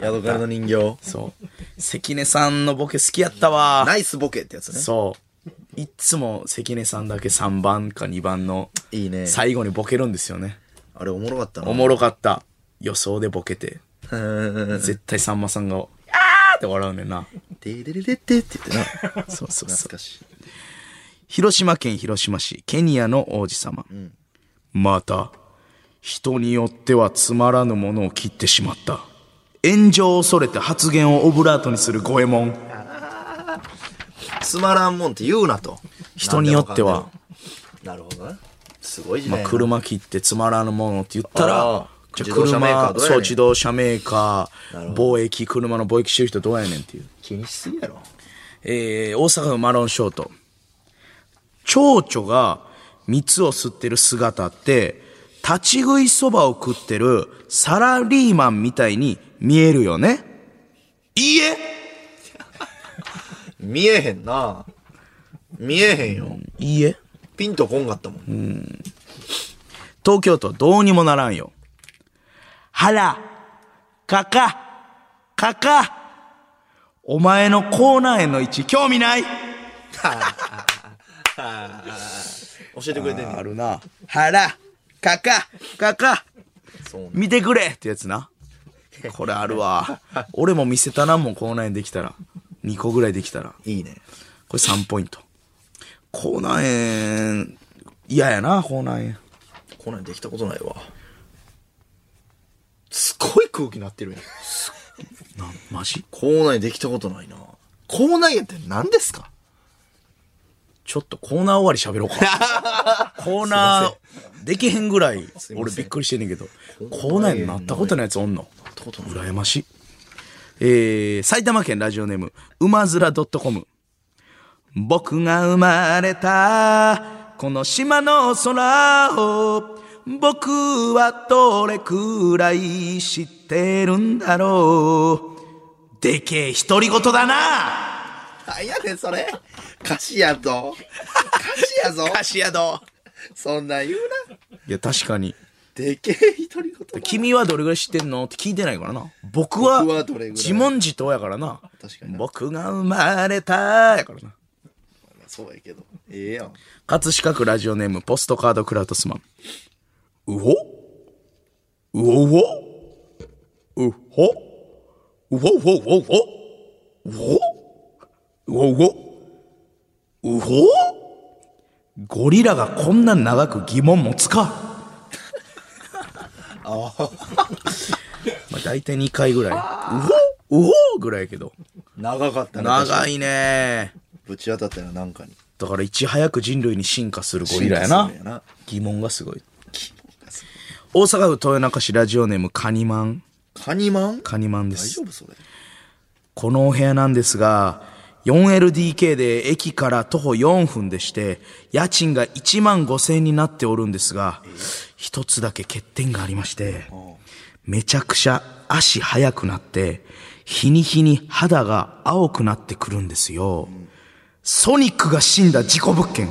宿からの人形。そう。関根さんのボケ好きやったわー。ナイスボケってやつね。そう。いっつも関根さんだけ3番か2番のいいね最後にボケるんですよね。あれおもろかったな。おもろかった。予想でボケて。絶対さんまさんが、あーって笑うねんな。てれれれってって言ってな。そうそうそう懐。かしい。広島県広島市ケニアの王子様、また人によってはつまらぬものを切ってしまった炎上を恐れて発言をオブラートにする五右衛門つまらんもんって言うなと。人によっては。なるほどな。すごい時まあ代、やな。車切ってつまらぬものって言ったあらあじゃ自あ動車メーカーど車うやねんそう自動車メーカー貿易車の貿易してる人どうやねんっていう気にしすぎやろ。えー、大阪府マロンショート。蝶々が蜜を吸ってる姿って、立ち食いそばを食ってるサラリーマンみたいに見えるよね。いいえ見えへんな。見えへんよ。いいえ。ピンとこんかったもん。東京都どうにもならんよ。腹、かか、かか、お前の口内炎の位置興味ない教えてくれてんねんあるな。腹、かか、かか、そうね見てくれってやつな。これあるわ。俺も見せたな、もう口内炎できたら。2個ぐらいできたら。いいね。これ3ポイント。口内炎、嫌やな、口内炎。こんなんできたことないわ。すごい空気なって *laughs* るやん。なん、マジ校内できたことないな。校内って何ですかちょっとコーナー終わり喋ろうか。 *laughs* コーナー、できへんぐらいす、いません俺びっくりしてんねんけど、コーナーになったことないやつおんのたことない羨ましい。えー、埼玉県ラジオネーム、うまずら .com。僕が生まれた、この島の空を、僕はどれくらい知ってるんだろう。でけえ独り言だなあ、いやねんそれ。歌詞や *laughs* ぞ。歌詞やぞ。シアド。そんなん言うな。いや、確かに。でけえ独り言。君はどれぐらい知ってんのって聞いてないからな。僕僕ははどれぐらい自問自答やからな。確かにな僕が生まれたやからな。そうやけど。ええやん。葛飾区ラジオネームポストカードクラウトスマン。うほうおうおうほうほうほうほうほうほうほうほうほゴリラがこんな長く疑問持つか。まあ大体2回ぐらい。うほうほぐらいやけど。長かったな。長いねぶち当たったよな、なんかに。だからいち早く人類に進化するゴリラや進化なするんやな。疑問がすごい。キモがす大阪府豊中市ラジオネームカニマン。ごいカニマンカニマンで大す丈。夫それ。このお部屋なんですが、4LDK で駅から徒歩4分でして、家賃が1万5千円になっておるんですが、一つだけ欠点がありまして、めちゃくちゃ足速くなって、日に日に肌が青くなってくるんですよ。ソニックが死んだ事故物件。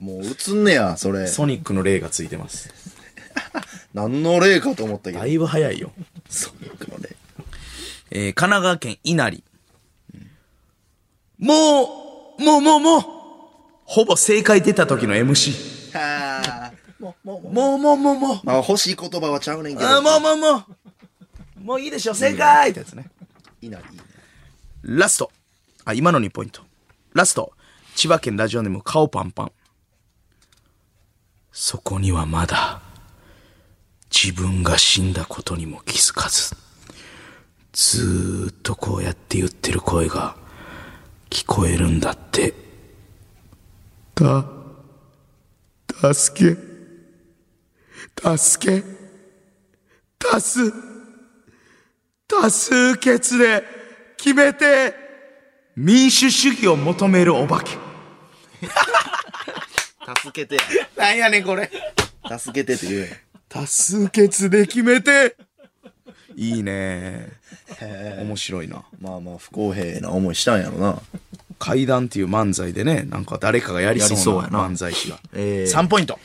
もう映んねや、それ。ソニックの霊がついてます。何の例かと思ったけどだ。いぶ早いよ。ソニックの例。えー神奈川県稲荷。もう、もうもうもうほぼ正解出た時の MC。はあ。もう、もう、もう。もうもうもうもうまあ、欲しい言葉はちゃうねんけど。あーもうもうもうもういいでしょ、正解ってやつね。いいな、いいね。ラスト。あ、今の2ポイント。ラスト。千葉県ラジオネーム顔パンパン。そこにはまだ、自分が死んだことにも気づかず、ずーっとこうやって言ってる声が聞こえるんだって。た、助け、助け、たす、多数決で決めて民主主義を求めるお化け。助けて。なんやねんこれ。助けてって言うよ。多数決で決めていいね面白いな。まあまあ、不公平な思いしたんやろな。階段っていう漫才でね、なんか誰かがやりやりそそううやなな漫才師が。えー3ポイント。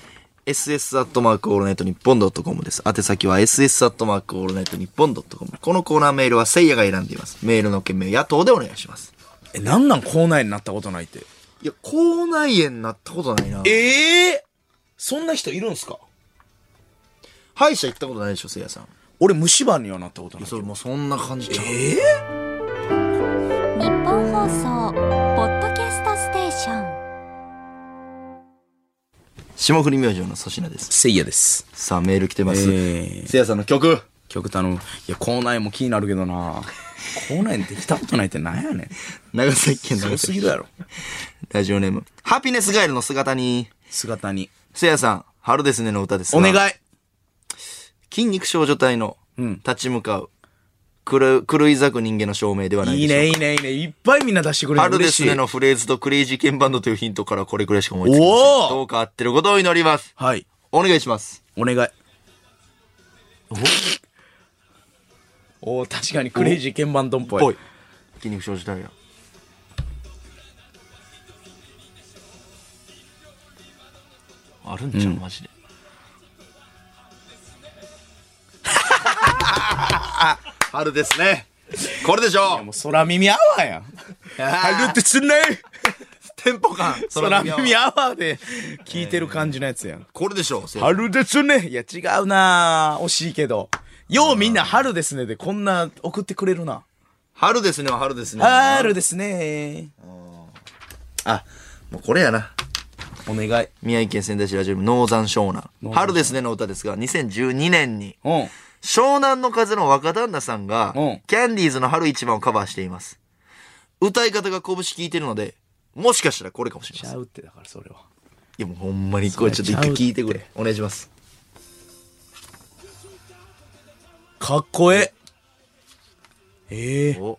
ss アットマークオールナイトニッポンドットコムです。宛先は ss アットマークオールナイトニッポンドットコム。このコーナーメールはせいやが選んでいます。メールの件名、野党でお願いします。え、なんなん校内になったことないって。いや、口内炎なったことないな。ええそんな人いるんすか歯医者行ったことないでしょ、せいやさん。俺虫歯にはなったことない。それもうそんな感じちゃう。ええ日本放送ポッドキャストステーション霜降り明星の粗品です。せいやです。さあ、メール来てます。えーせいやさんの曲。極端の、いや、校内も気になるけどな校内にできたことないってなんやねん。長崎県長強すぎ崎。るやろ。ラジオネーム。ハピネスガエルの姿に、姿に。せいやさん、春ですねの歌ですおが。願い筋肉少女隊のん立ち向かう、くる、狂い咲く人間の証明ではないいでいしょうか。ね、いいね、いいね。いっぱいみんな出してくれる春ですね嬉しいのフレーズとクレイジーケンバンドというヒントからこれくらいしか思いつきませんお。おどうか合ってることを祈ります。はい。お願いします。お願い。おお確かにクレイジー鍵盤ドンっぽい。ぽい。筋肉少女隊や。あるんちゃう、マジで。 *laughs* 春ですね。これでしょうもう空耳アワー *laughs* やん。入るってつんないテンポ感。空耳はアワーで聞いてる感じのやつやん。これでしょう。せいや春ですねいや違うなぁ惜しいけど。ようみんな春ですねでこんな送ってくれるな。春ですねは春ですね。春ですねあ、もうこれやな。お願い。宮城県仙台市ラジオネームノーザン湘南。ノーザン湘南春ですねの歌ですが、2012年に、うん。湘南の風の若旦那さんがうん、キャンディーズの春一番をカバーしています。歌い方が拳効いてるので、もしかしたらこれかもしれちませゃん。いうってだからそれは。やもうほんまにこれちょっと一回聞いてくれ。お願いします。かっこえええお、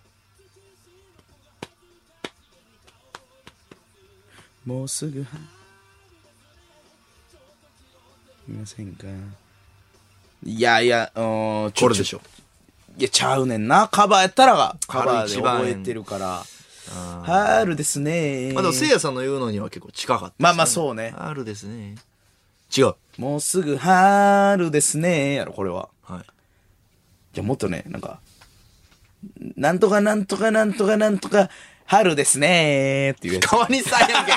もうすぐいませんかいやいやうーんちこょれでしょ。いやちゃうねんなカバーやったらカ春バーで一番覚えてるから春ですねまあでもせいやさんの言うのには結構近かったですね。まあまあそうね春ですね。違う。もうすぐ春ですねやろこれははい。いやもっとねなんかなんとかなんとかなんとかなんとか春ですねっていうやつ川西さんやん *laughs* け。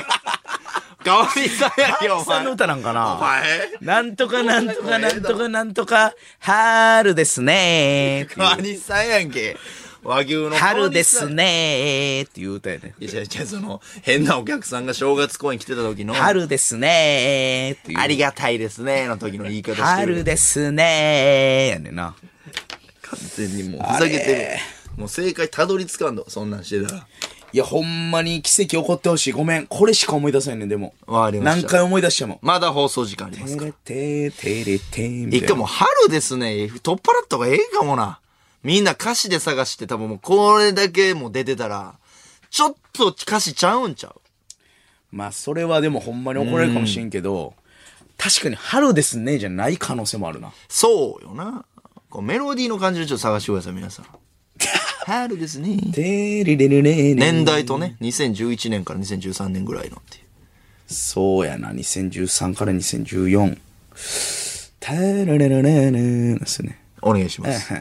川西さんやんけ、お春さん前の。歌なんかなお前。なんとかなんとかなんとかなんとか、春です *laughs* ねーっていう川西さんやんけ。和牛の春ですねねーっていう歌やね。いやいやいや、その、変なお客さんが正月公演来てた時の、春ですねーっていう。ありがたいですね、の時の言い方してる。春ですねーやねんな。完全にもう、ふざけてる。もう正解たどり着かんの、そんなんしてたら。いや、ほんまに奇跡起こってほしい。ごめん。これしか思い出せんねん、でも。わかりました何回思い出しても。まだ放送時間ありますてから。れてー、てれてーみたいな。一回もう春ですね、取っ払った方がええかもな。みんな歌詞で探して多分もうこれだけもう出てたら、ちょっと歌詞ちゃうんちゃうまあ、それはでもほんまに怒られるかもしれんけど、確かに春ですねーじゃない可能性もあるな。そうよな。こうメロディーの感じでちょっと探してください、皆さ *laughs* ん。春ですね。てれれれれれ年代とね、2011年から2013年ぐらいのっていう。そうやな、2013から2014。タラララララーですね。お願いします。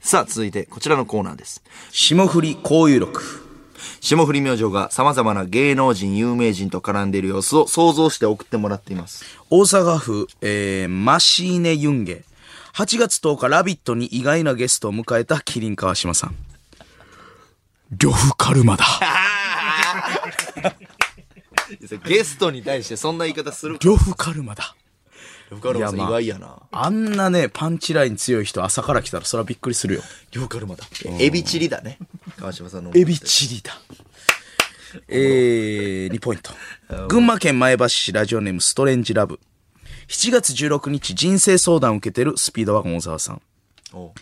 さあ、続いて、こちらのコーナーです。霜降り交友録。霜降り明星が様々な芸能人、有名人と絡んでいる様子を想像して送ってもらっています。大阪府、えー、マシーネ・ユンゲ。8月10日、ラビットに意外なゲストを迎えた麒麟川島さん。呂布カルマだ。ゲストに対してそんな言い方する *laughs* 呂布カルマだ。呂布カルマさん意まあ外やな。あんなね、パンチライン強い人朝から来たらそらびっくりするよ。呂布カルマだ。エビチリだね。川島さんの。エビチリだ。えー、2ポイント。群馬県前橋市ラジオネームストレンジラブ。7月16日人生相談を受けてるスピードワゴン小沢さん。おう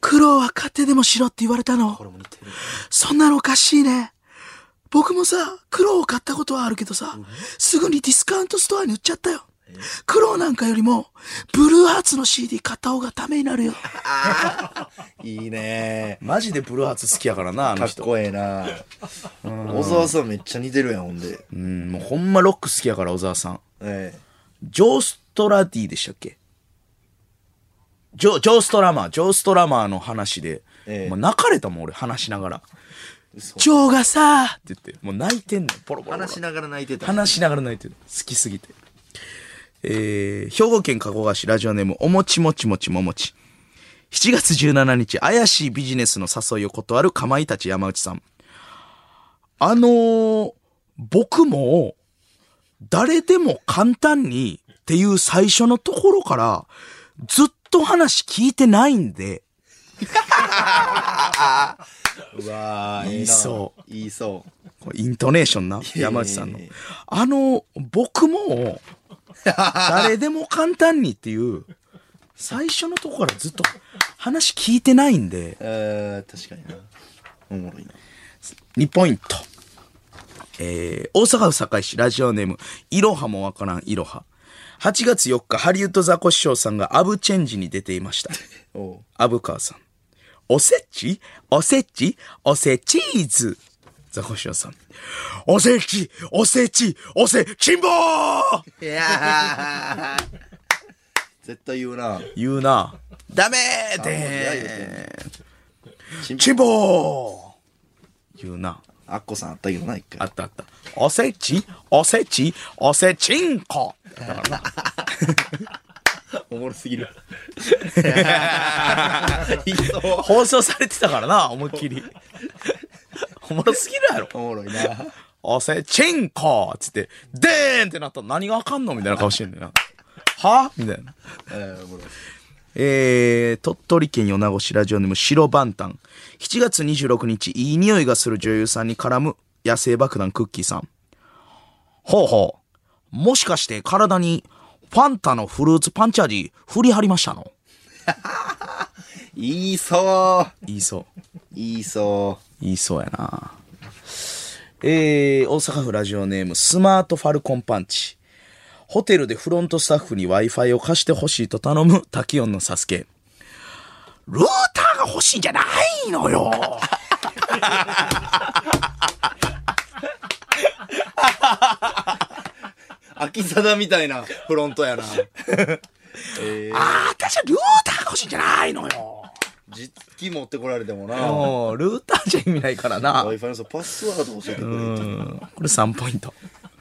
苦労は勝手でもしろって言われたのこ。れも似てる。そんなのおかしいね。僕もさ、苦労を買ったことはあるけどさ、すぐにディスカウントストアに売っちゃったよ。黒なんかよりも、ブルーハーツの CD 買った方がためになるよ。いいねマジでブルーハーツ好きやからな、あかのっ人。こええな小沢さんめっちゃ似てるやん、ほんで。うん、もうほんまロック好きやから、小沢さん。えジョーストラディでしたっけジョ、ジョーストラマー、ジョーストラマーの話で、ええもう泣かれたもん、俺、話しながら。ジョーがさーって言って、もう泣いてんの、ポえロポロポロ。話しながら泣いてた。話しながら泣いてる。好きすぎて。えー、兵庫県加古川市ラジオネーム、おもちもちもちももち。7月17日、怪しいビジネスの誘いを断るかまいたち山内さん。あのー、僕も、誰でも簡単にっていう最初のところから、ずっと話聞いてないんで、うわーええな言いそう。言いそう。これイントネーションな、や山内さんのいやいや。あの、僕も、誰でも簡単にっていう、最初のとこからずっと話聞いてないんで、えー、確かにな。おもろいな。 2ポイント。えー、大阪府堺市ラジオネーム、いろはもわからんいろは。8月4日、ハリウッドザコシショウさんがアブチェンジに出ていました。おうアブ川さん。おせちおせちおせチーズ。ザコシオさん。おせちおせちおせ、辛抱いやー絶対言うな。言うな。ダメーあもう嫌でちんー辛抱言うな。あっこさんあったけどな、一あ回。ったあった。おせちおせちおせちんこだからなおもろすぎる。 *laughs* 言いそう。放送されてたからな、思いっ *laughs* きり。おもろすぎるやろ。おもろいな。おせちんこつって、でーんってなったら何があかんのみたいな顔してんのよな。はみたいな。えーおもろいえー、鳥取県米子市ラジオネーム白番炭。7月26日、いい匂いがする女優さんに絡む野生爆弾クッキーさん。ほうほう。もしかして体にファンタのフルーツパンチ味振り張りましたの言いそう。言いそう。言いそ言いそうやな。えー、大阪府ラジオネームスマートファルコンパンチ。ホテルでフロントスタッフに Wi-Fi を貸してほしいと頼むタキオンのサスケ。ルーターが欲しいんじゃないのよう。秋貞みたいなフロントやな。あ私はルーターが欲しいんじゃないのよ実機持ってこられても *laughs* な。もう、ルーターじゃ意味ないからな。こ Wi-Fi のさパスワード教えてくれ3ポイント。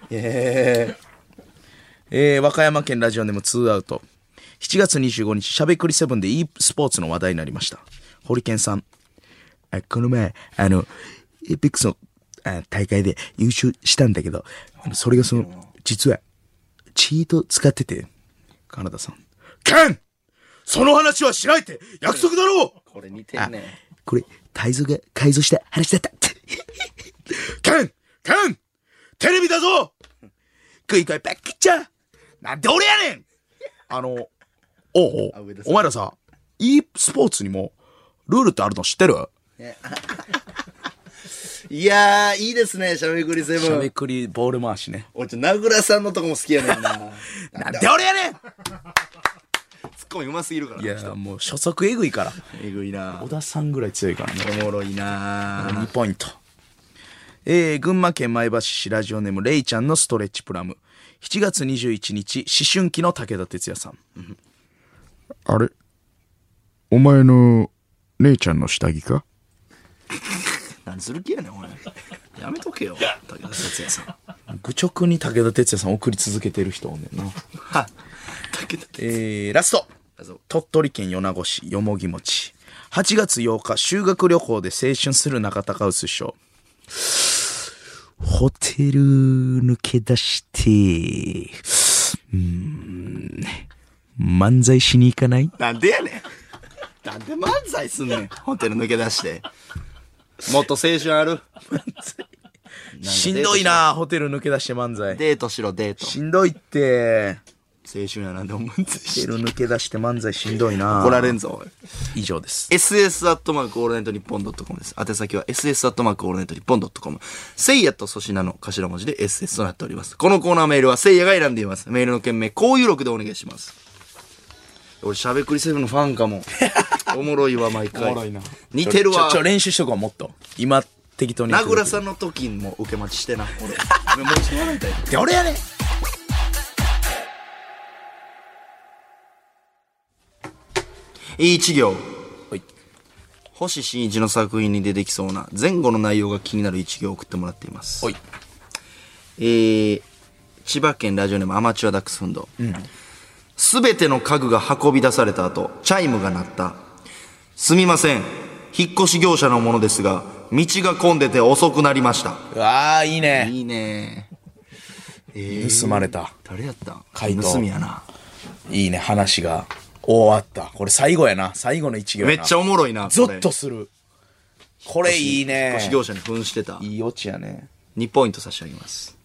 れ。ええー、和歌山県ラジオネーム2アウト。7月25日、しゃべくり7で e スポーツの話題になりました。ホリケンさん。あこの前、あの、エイペックスのあ大会で優勝したんだけど、あのそれがその、実は、チート使ってて、カナダさん。ケンその話はしないって約束だろうー、これ似てんね。これ、泰造が改造した話だった。 *laughs* ケンケンテレビだぞ食い食いパッキッチャーなんで俺やねんあの、おうおうあ上田さんお前らさ、e スポーツにもルールってあるの知ってるいやー、いいですね、しゃべくりセしゃブべン。くりボール回しね。俺ちょ、名倉さんのとこも好きやねんな。 *laughs* なんで俺やねんツッコミうますぎるからいや、もう初速えぐいから。えぐいな小。田さんぐらい強いからね。おもろいな2ポイント。えー、群馬県前橋市ラジオネーム、レイちゃんのストレッチプラム。7月21日、思春期の武田鉄矢さん。あれお前の姉ちゃんの下着か何する気やねん、お前。やめとけよ、武田哲也さん。愚直に武田鉄矢さん送り続けてる人おんねんな。は武田哲えー、ラスト也さん。鳥取県米子市よもぎ餅。8月8日、修学旅行で青春する中高臼師匠。ホテル抜け出して、うーん、漫才しに行かないなんでやねん。なんで漫才すんねん、ホテル抜け出して。もっと青春あ *laughs* る。しんどいなホテル抜け出して漫才。デートしろ、デート。しんどいって。青春やなって思ってシル抜け出して漫才しんどいな怒られんぞ、おい。以上です。 ss アットマークオールナイトニッポンドットコムです。宛先は ss アットマークオールナイトニッポンドットコム。せいやと粗品の頭文字で ss となっております。このコーナーメールはせいやが選んでいます。メールの件名、こういう録でお願いします。俺、しゃべくりセブンのファンかも。おもろいわ、毎回。おもろいな似てるわちょ、ち。ょ、練習しとこう、もっと。今、適当に。名倉ん。さんの時も受け待ちしてな、俺。俺もう一度笑いたい。って俺やね一行。はい星新一の作品に出てきそうな前後の内容が気になる一行を送ってもらっています。はい。えー千葉県ラジオネームアマチュアダックスフンド。すべての家具が運び出された後、チャイムが鳴った。すみません。引っ越し業者のものですが、道が混んでて遅くなりました。うわあ、いいね。いいね盗まれた。誰やったん怪盗盗みやな。いいね、話が終わった。これ最後やな。最後の一行やな。めっちゃおもろいな。ゾそッれとする。これいい引っ越ねし。業者に扮してた。いいオチやね。 2ポイント差し上げます。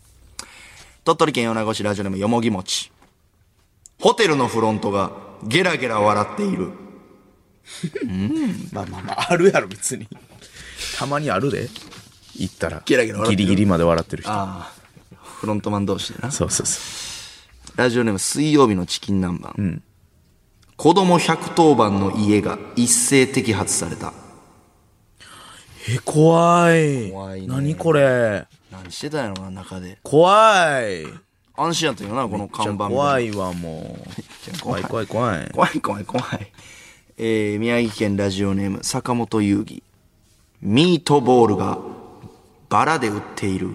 鳥取県米子市ラジオネームよもぎもち。ホテルのフロントがゲラゲラ笑っている。まあまあまあ、あるやろ、別に。たまにあるで。行ったら。ゲラゲラ笑ってギるリギリまで笑ってる人。ああ。フロントマン同士でな。そうそうそラジオネーム水曜日のチキン南蛮。子供110番の家が一斉摘発された。う。え、怖い。怖いね何これ。何してたんやろな、中で。怖い。安心やったよな、この看板怖いわ、もう。怖い怖い怖い。怖い怖い怖い。えー、宮城県ラジオネーム坂本優義。ミートボールがバラで売っている。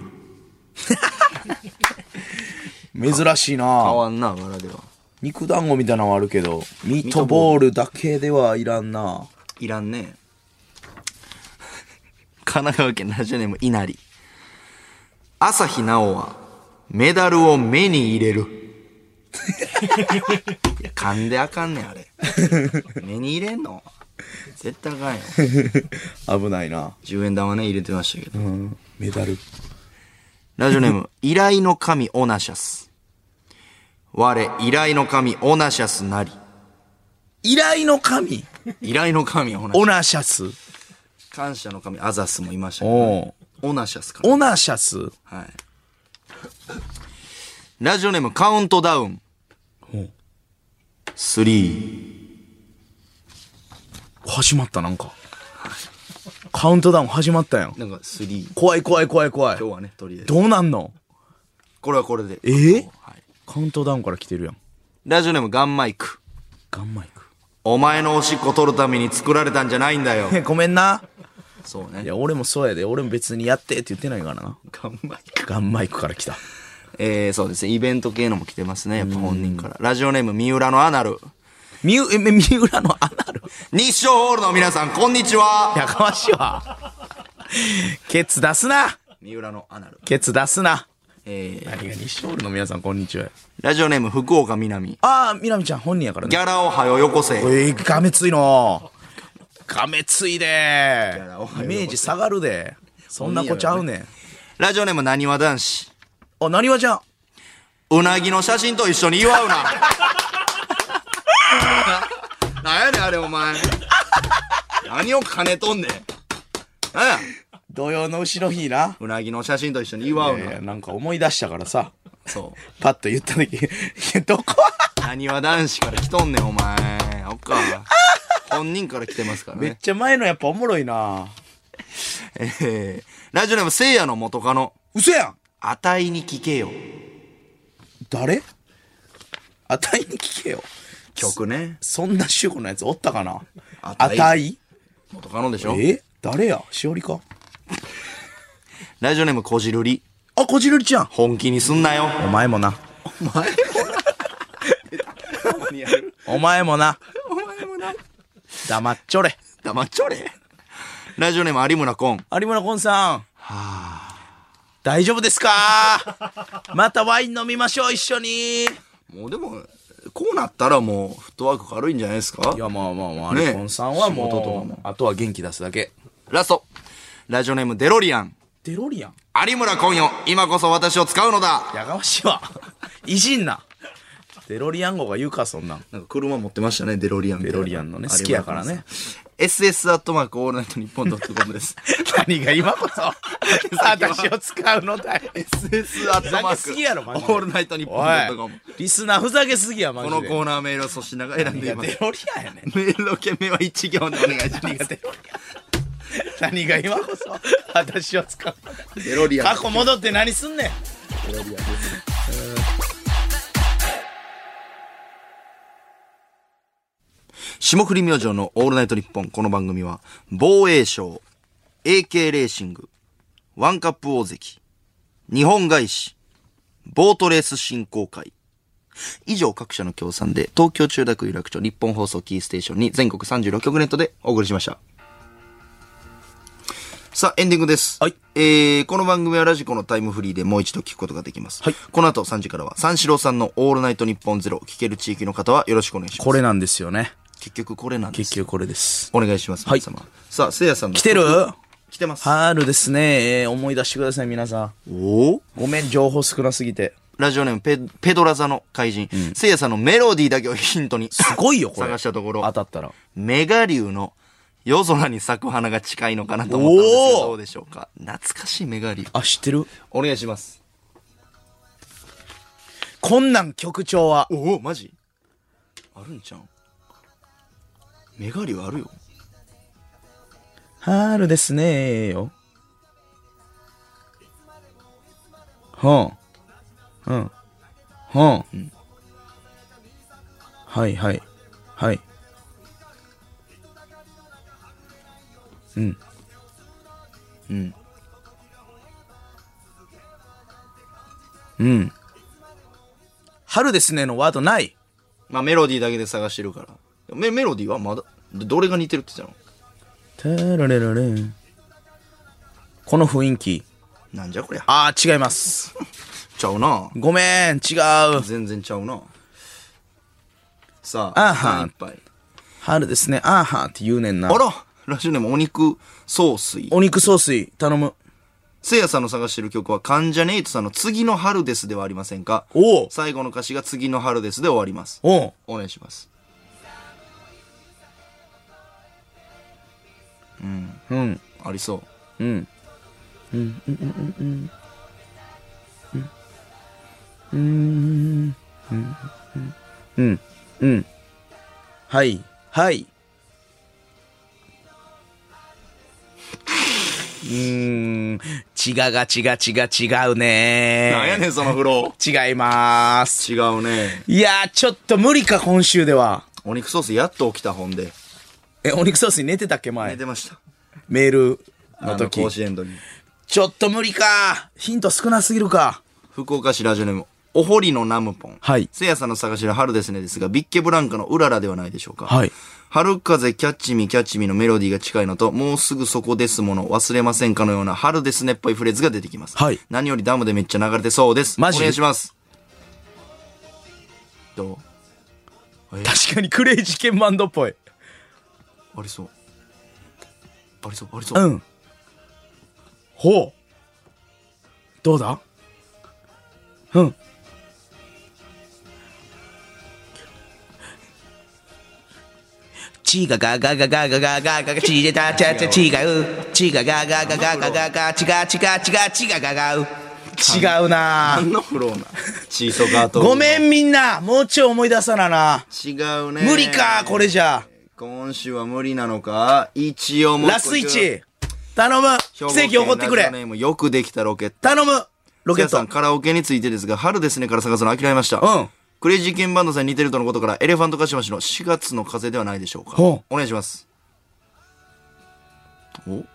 珍しい変なわんな、バラでは。肉団子みたいなのはあるけど、ミートボールだけではいらんないらんね。 *laughs* 神奈川県ラジオネーム稲荷。朝日奈央はメダルを目に入れる。 *laughs* いや、噛んであかんねん、あれ。目に入れんの絶対あかんよ。危ないな10円玉ね、入れてましたけど。メダル。ラジオネーム、依頼の神オナシャス。我、依頼の神オナシャスなり。依頼の神依頼の神オナシャオナシャス。ス。感謝の神アザスもいましたけど、おうオナシャスかな。オナシャスはい。ラジオネームカウントダウン。スリー。始まった、なんか。カウントダウン始まったやん。なんかスリー。怖い怖い怖い怖い。今日はね、とりあえず。どうなんのこれはこれで。えーはい、カウントダウンから来てるやん。ラジオネームガンマイク。ガンマイク。お前のおしっこ取るために作られたんじゃないんだよ。え、ごめんな。そういね。や、俺もそうやで。俺も別にやってって言ってないからな。ガンマイク。ガンマイクから来た。えー、そうですね。イベント系のも来てますね。やっぱ本人から。ラジオネーム三浦のアナル。みゆ、え、み三浦のアナル。日照ホールの皆さん、こんにちは。やかましいわ。ケツ出すな三浦のアナル。ケツ出すなえー、何が西ホールの皆さん、こんにちは。ラジオネーム福岡みなみ。ああ、みなみちゃん本人やからギね。ャラをはよよこせ。えー、がめついの。がめついでャラを。イメージ下がるで。そんな子ちゃうねん。ラジオネームなにわ男子。あ、なにわちゃん。うなぎの写真と一緒に祝う *laughs* な。ななんやねん、あれ、お前。何を兼ねとんねん。なんや。土曜の後ろ日な。うなぎの写真と一緒に祝ういやいやな。なんか思い出したからさ。そパッと言った時、いやどこう。なにわ男子から来とんねん、お前。おっか。本人から来てますからめっね。ちゃ前のやっぱおもろいな。えー、ラジオネーム、せいやの元カノ。嘘やんあたいに聞けよ。誰あたいに聞けよ。曲ね。そんな主婦のやつおったかなあたあたいい元カノでしょえ誰やしおりかラジオネーム、こじるり。あ、こじるりちゃん。本気にすんなよ。お前もな。お前もな。お前もな。お前もな。黙っちょれ。黙っちょれ。ラジオネーム有村コン。有村コンさん。はあ。大丈夫ですかまたワイン飲みましょう、一緒に。いもうでも、こうなったらもう、フットワーク軽いんじゃないですかや、まあまあまあ、ね有村コンさんは仕事とかももう、あとは元気出すだけ。ラスト。ラジオネームデロリアン。デロリアン。有村コンよ、今こそ私を使うのだ。やがましいわ。いじんな。デロリアン号が言うか、そんなん。なんか車持ってましたね、デロリアンみたいな。デロリアンのねあれ好きやからね。 SS アットマークオールナイトニッポンドットコムです。何が今こそ、私を使うのだよ。 SS アットマ何好きやろマージクでオールナイトニッポンドおットコム。い、リスナーふざけすぎや、マこジので。コーナーメールを粗品が選んでいま何がデす。ロリアンやねん。メールの件名は一行でお願いします。 *laughs* 何が今こそ、私を使うのだよ。デロリアン過。去戻って何すんねん。霜降り明星のオールナイトニッポン。この番組は、防衛省、AK レーシング、ワンカップ大関、日本外資、ボートレース振興会。以上各社の協賛で、東京中学有楽町日本放送キーステーションに全国36局ネットでお送りしました。さあ、エンディングです。はいえー、この番組はラジコのタイムフリーでもう一度聞くことができます。はいこの後3時からは、三四郎さんのオールナイトニッポンゼロ、聞ける地域の方はよろしくお願いします。これなんですよね。結局これなんです結局これです。お願いします。はい皆様さあ、せいやさんの来てる来てます。春ですね。えー思い出してください、皆さん。おおごめん、情報少なすぎて。ラジオネームペ、ペドラザの怪人。せいやさんのメロディーだけをヒントに。すごいよ、これ。探したところ当たったら。メガ流の夜空に咲く花が近いのかなと思ったんですけおど、ーどうでしょうか懐かしいメガ流。あ、知ってるお願いします。こんなん曲調は。おおマジあるんちゃうんメガ流あるよ。春ですねーよ。はん。うん。はん。はいはい。はい。うん。うん。春ですねーのワードない。まあメロディーだけで探してるから。メメロディーはまだ、どどれが似てるって言ってたのてられられんこの雰囲気。なんじゃこりゃ。あー、違います。ちゃうな。ごめん、違う。全然ちゃうな。さあ、あーはーいっぱい。春ですね、あーはーって言うねんなあ。らラジオネームお肉総帥。お肉ソースい頼む。せいやさんの探してる曲は関ジャネイトさんの次の春ですではありませんかおう最後の歌詞が次の春ですで終わります。おうお願いします。うん。ありそう。うん。うん。うん。うん。うん。うん。うん。はい。はい。うーん。違が違が違うなんやねねんそのフロ違います。ー。違うね。いやー、ちょっと無理か、今週では。お肉ソースやっと起きた本で。え、お肉ソースに寝てたっけ、寝前。てました。メールあのの時甲。子園の時に。ちょっと無理か。ヒント少なすぎるか。福岡市ラジオネーム、お堀のナムポン。はいせいやさんの探しの春ですねですが、ビッケブランカのうららではないでしょうか。はい。春風キャッチミキャッチミのメロディーが近いのと、もうすぐそこですもの忘れませんかのような春ですねっぽいフレーズが出てきます。はい何よりダムでめっちゃ流れてそうです。マジお願いします。ど確かにクレイジーケンバンドっぽい。うありそう。ありそう、ありそう。うん。ほう。どうだうん。チーガガガガガガガガガガチーでたちゃちゃ違う。チーガガガガガガガガチガチガチガチガガガウ。違うな何のフローな。チートガート。ごめん。んみんな、もうちょい思い出さなな。違うね。無理か、これじゃ。今週は無理なのか一応もう一個ラス1。頼む。奇跡起こって兵く庫県ラジオれネ。ームよくできたロケット。頼むロケッせいやさトん。カラオケについてですが、春ですねから探すの諦めました。うん。クレイジーケンバンドさんに似てるとのことから、エレファントカシマシの4月の風ではないでしょうか。ほお願いします。おい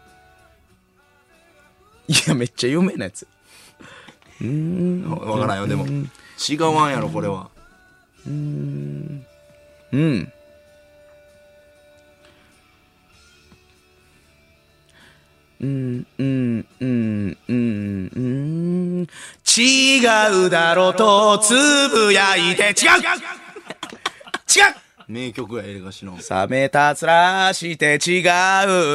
や、めっちゃ有名なやつ。わからんよ、でも。違わんやろ、これは。うん。うん、うん、うん、うん、うん。違うだろとつぶやいて、違う違う名曲や、エレガシの。違う冷めたつらして違う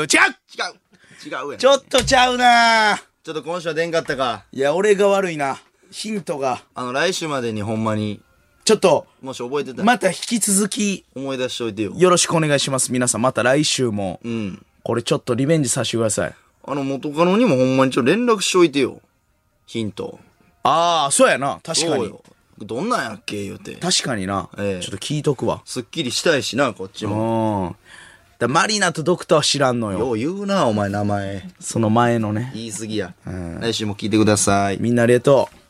違う違うやん。ちちょょっとちゃうなっと今週は出んかったか。いや、俺が悪いな。ヒントが。あの、来週までにほんまに、ちちょっと、もし覚えてたら、また引き続き、思い出しておいてよ。よろしくお願いします。皆さん、また来週も、うん。これちょっとリベンジさせてください。あの元カノにもほんまにちょっと連絡しておいてよ。ヒント。ああ、そうやな。確かどうに。よ。どんなんやっけ言うて。確かにな、ええちょっと聞いとくわ。すっきりしたいしな、こっちうも。ん。だマリナとドクターは知らんのよ。よう言うな、お前名前。その前のね。言い過ぎや。来週も聞いてください。みんなありがとう。